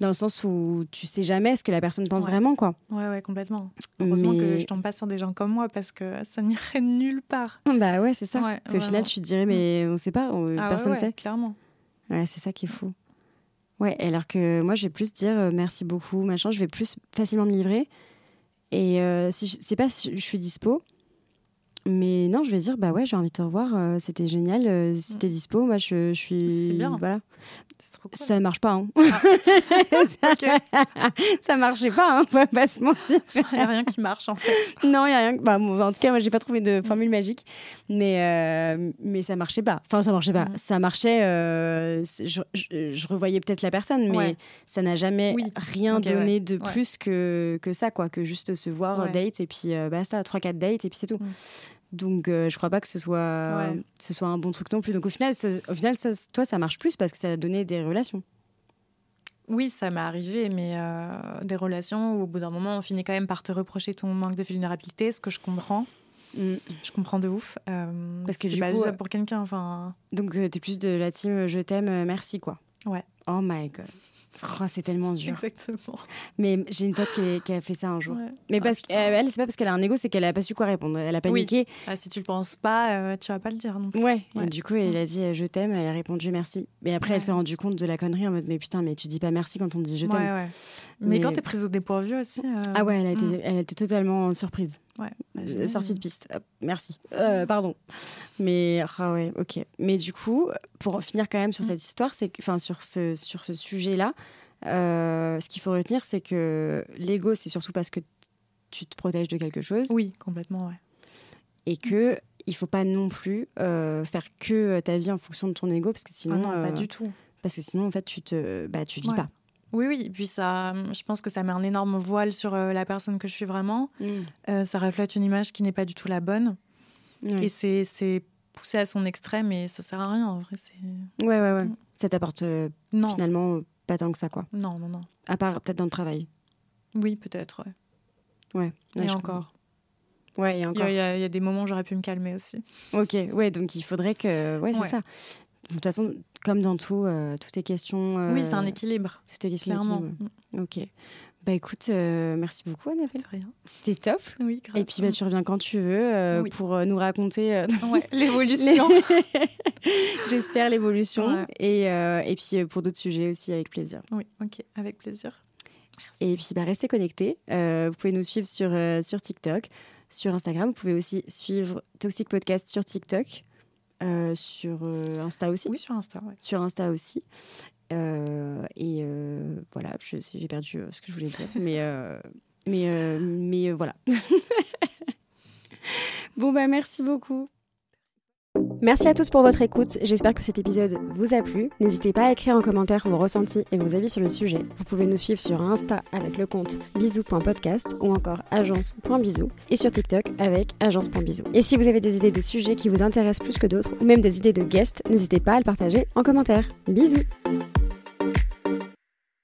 Speaker 2: dans le sens où tu sais jamais ce que la personne pense
Speaker 1: Ouais.
Speaker 2: vraiment, quoi.
Speaker 1: ouais, ouais, complètement. Heureusement que
Speaker 2: Mais-
Speaker 1: je tombe pas sur des gens comme moi parce que ça n'irait nulle part.
Speaker 2: Bah ouais, c'est ça.
Speaker 1: Ouais,
Speaker 2: Parce qu'au final,
Speaker 1: vraiment.
Speaker 2: tu te dirais, mais on sait pas, on-
Speaker 1: Ah ouais,
Speaker 2: personne
Speaker 1: ouais,
Speaker 2: sait.
Speaker 1: Clairement.
Speaker 2: Ouais, c'est ça qui est fou. Ouais, alors que moi, je vais plus dire euh, merci beaucoup, machin, je vais plus facilement me livrer. Et euh, si je c'est pas si je suis dispo, mais non, je vais dire, bah ouais, j'ai envie de te revoir, euh, c'était génial, euh, si
Speaker 1: Mm.
Speaker 2: t'es dispo, moi, je, je suis.
Speaker 1: C'est bien.
Speaker 2: Voilà.
Speaker 1: C'est trop cool. Ah.
Speaker 2: Ça marche pas, hein.
Speaker 1: Ok.
Speaker 2: ça marchait pas, hein, on va pas se mentir.
Speaker 1: Il n'y a rien qui marche en fait.
Speaker 2: Non, il y a rien. que- Bah, bon, en tout cas, moi, j'ai pas trouvé de formule magique, mais euh, mais ça marchait pas. Enfin, ça marchait pas.
Speaker 1: Mhm.
Speaker 2: Ça marchait. euh, c'est- je, je- je revoyais peut-être la personne, mais
Speaker 1: Ouais.
Speaker 2: ça n'a jamais
Speaker 1: Oui.
Speaker 2: rien
Speaker 1: Ok,
Speaker 2: donné de
Speaker 1: Ouais.
Speaker 2: plus que que ça, quoi, que juste se voir
Speaker 1: Ouais.
Speaker 2: date et puis euh, basta, trois quatre dates et puis c'est tout.
Speaker 1: Mhm.
Speaker 2: Donc, euh, je crois pas que ce soit
Speaker 1: Ouais.
Speaker 2: ce soit un bon truc non plus. Donc, au final, ce- au final, ça- toi, ça marche plus parce que ça a donné des relations.
Speaker 1: Oui, ça m'est arrivé, mais euh, des relations où au bout d'un moment, on finit quand même par te reprocher ton manque de vulnérabilité, ce que je comprends. Je comprends de ouf. euh,
Speaker 2: Parce que
Speaker 1: c'est
Speaker 2: du
Speaker 1: pas
Speaker 2: coup,
Speaker 1: juste
Speaker 2: euh,
Speaker 1: pour quelqu'un, enfin.
Speaker 2: Donc, tu t'es plus de la team euh, je t'aime, euh, merci, quoi.
Speaker 1: Ouais.
Speaker 2: Oh my god. Oh, c'est tellement dur.
Speaker 1: Exactement.
Speaker 2: Mais j'ai une pote qui, est- qui a fait ça un jour.
Speaker 1: Ouais.
Speaker 2: Mais
Speaker 1: Ah,
Speaker 2: parce
Speaker 1: putain.
Speaker 2: qu'elle, c'est pas parce qu'elle a un ego, c'est qu'elle a pas su quoi répondre. Elle a
Speaker 1: Oui.
Speaker 2: paniqué.
Speaker 1: Ah, si tu le penses pas, euh, tu vas pas le dire non plus.
Speaker 2: Ouais. Et
Speaker 1: Ouais.
Speaker 2: du coup, elle a dit euh, je t'aime. Elle a répondu merci. Mais après, elle
Speaker 1: Ouais.
Speaker 2: s'est rendue compte de la connerie en mode mais putain, mais tu dis pas merci quand on te dit je
Speaker 1: Ouais,
Speaker 2: t'aime.
Speaker 1: ouais. Mais,
Speaker 2: Mais-
Speaker 1: quand t'es prise au dépourvu aussi. euh,
Speaker 2: Ah ouais, elle a, été,
Speaker 1: Mm.
Speaker 2: elle a été totalement surprise.
Speaker 1: Ouais. Bah,
Speaker 2: Euh,
Speaker 1: j'imagine.
Speaker 2: Sortie de piste. Hop, merci. Euh, pardon. Mais ah ouais, ok. Mais du coup, pour finir quand même sur
Speaker 1: Mm.
Speaker 2: cette histoire, c'est que- enfin sur ce sur ce sujet-là, euh, ce qu'il faut retenir, c'est que l'ego, c'est surtout parce que tu te protèges de quelque chose.
Speaker 1: Oui, complètement, ouais. Ah
Speaker 2: et que il faut pas non plus euh, faire que euh, ta vie en fonction de ton ego parce que
Speaker 1: Ah
Speaker 2: sinon
Speaker 1: non, pas
Speaker 2: euh,
Speaker 1: du tout.
Speaker 2: parce que sinon en fait tu te bah tu vis
Speaker 1: Ouais.
Speaker 2: pas
Speaker 1: Oui, oui. Et puis ça, euh, je pense que ça met un énorme voile sur euh, la personne que je suis vraiment.
Speaker 2: Mmh.
Speaker 1: Euh, ça reflète une image qui n'est pas du tout la bonne.
Speaker 2: Ouais.
Speaker 1: Et c'est- c'est poussé à son extrême et ça sert à rien en vrai. c'est-
Speaker 2: ouais ouais ouais
Speaker 1: Mm.
Speaker 2: ça t'apporte euh,
Speaker 1: Non,
Speaker 2: finalement euh, pas tant que ça quoi
Speaker 1: non, non, non.
Speaker 2: à part peut-être dans le travail
Speaker 1: Oui, peut-être. ouais.
Speaker 2: ouais, Ouais,
Speaker 1: et
Speaker 2: je
Speaker 1: encore.
Speaker 2: comprends. ouais et
Speaker 1: Il y,
Speaker 2: encore
Speaker 1: a- il y a il y a des moments où j'aurais pu me calmer aussi.
Speaker 2: ok ouais donc il faudrait que ouais c'est
Speaker 1: Ouais.
Speaker 2: ça de toute façon comme dans tout euh, tout est question euh,
Speaker 1: Oui, c'est un équilibre,
Speaker 2: tout est question
Speaker 1: clairement.
Speaker 2: d'équilibre.
Speaker 1: Mm,
Speaker 2: ok bah écoute euh, merci beaucoup Annabelle
Speaker 1: de rien.
Speaker 2: c'était top
Speaker 1: Oui, grave.
Speaker 2: et puis bah, tu reviens quand tu veux euh,
Speaker 1: Oui.
Speaker 2: pour euh, nous raconter euh,
Speaker 1: Ouais,
Speaker 2: Les-
Speaker 1: L'évolution.
Speaker 2: J'espère l'évolution.
Speaker 1: Ouais.
Speaker 2: Et, euh, et puis euh, pour d'autres sujets aussi, avec plaisir.
Speaker 1: Oui, ok, avec plaisir.
Speaker 2: Et puis bah, restez connectés. Euh, vous pouvez nous suivre sur, euh, sur TikTok, sur Instagram. Vous pouvez aussi suivre Toxic Podcast sur TikTok, euh, sur euh, Insta aussi.
Speaker 1: Oui, sur Insta, ouais.
Speaker 2: Sur Insta aussi. Euh, et euh, voilà, je- j'ai perdu euh, ce que je voulais dire. Mais, euh, mais, euh, mais euh, voilà. bon, bah merci beaucoup.
Speaker 3: Merci à tous pour votre écoute, j'espère que cet épisode vous a plu. N'hésitez pas à écrire en commentaire vos ressentis et vos avis sur le sujet. Vous pouvez nous suivre sur Insta avec le compte bisous.podcast ou encore agence.bisous et sur TikTok avec agence.bisous. Et si vous avez des idées de sujets qui vous intéressent plus que d'autres ou même des idées de guests, n'hésitez pas à le partager en commentaire. Bisous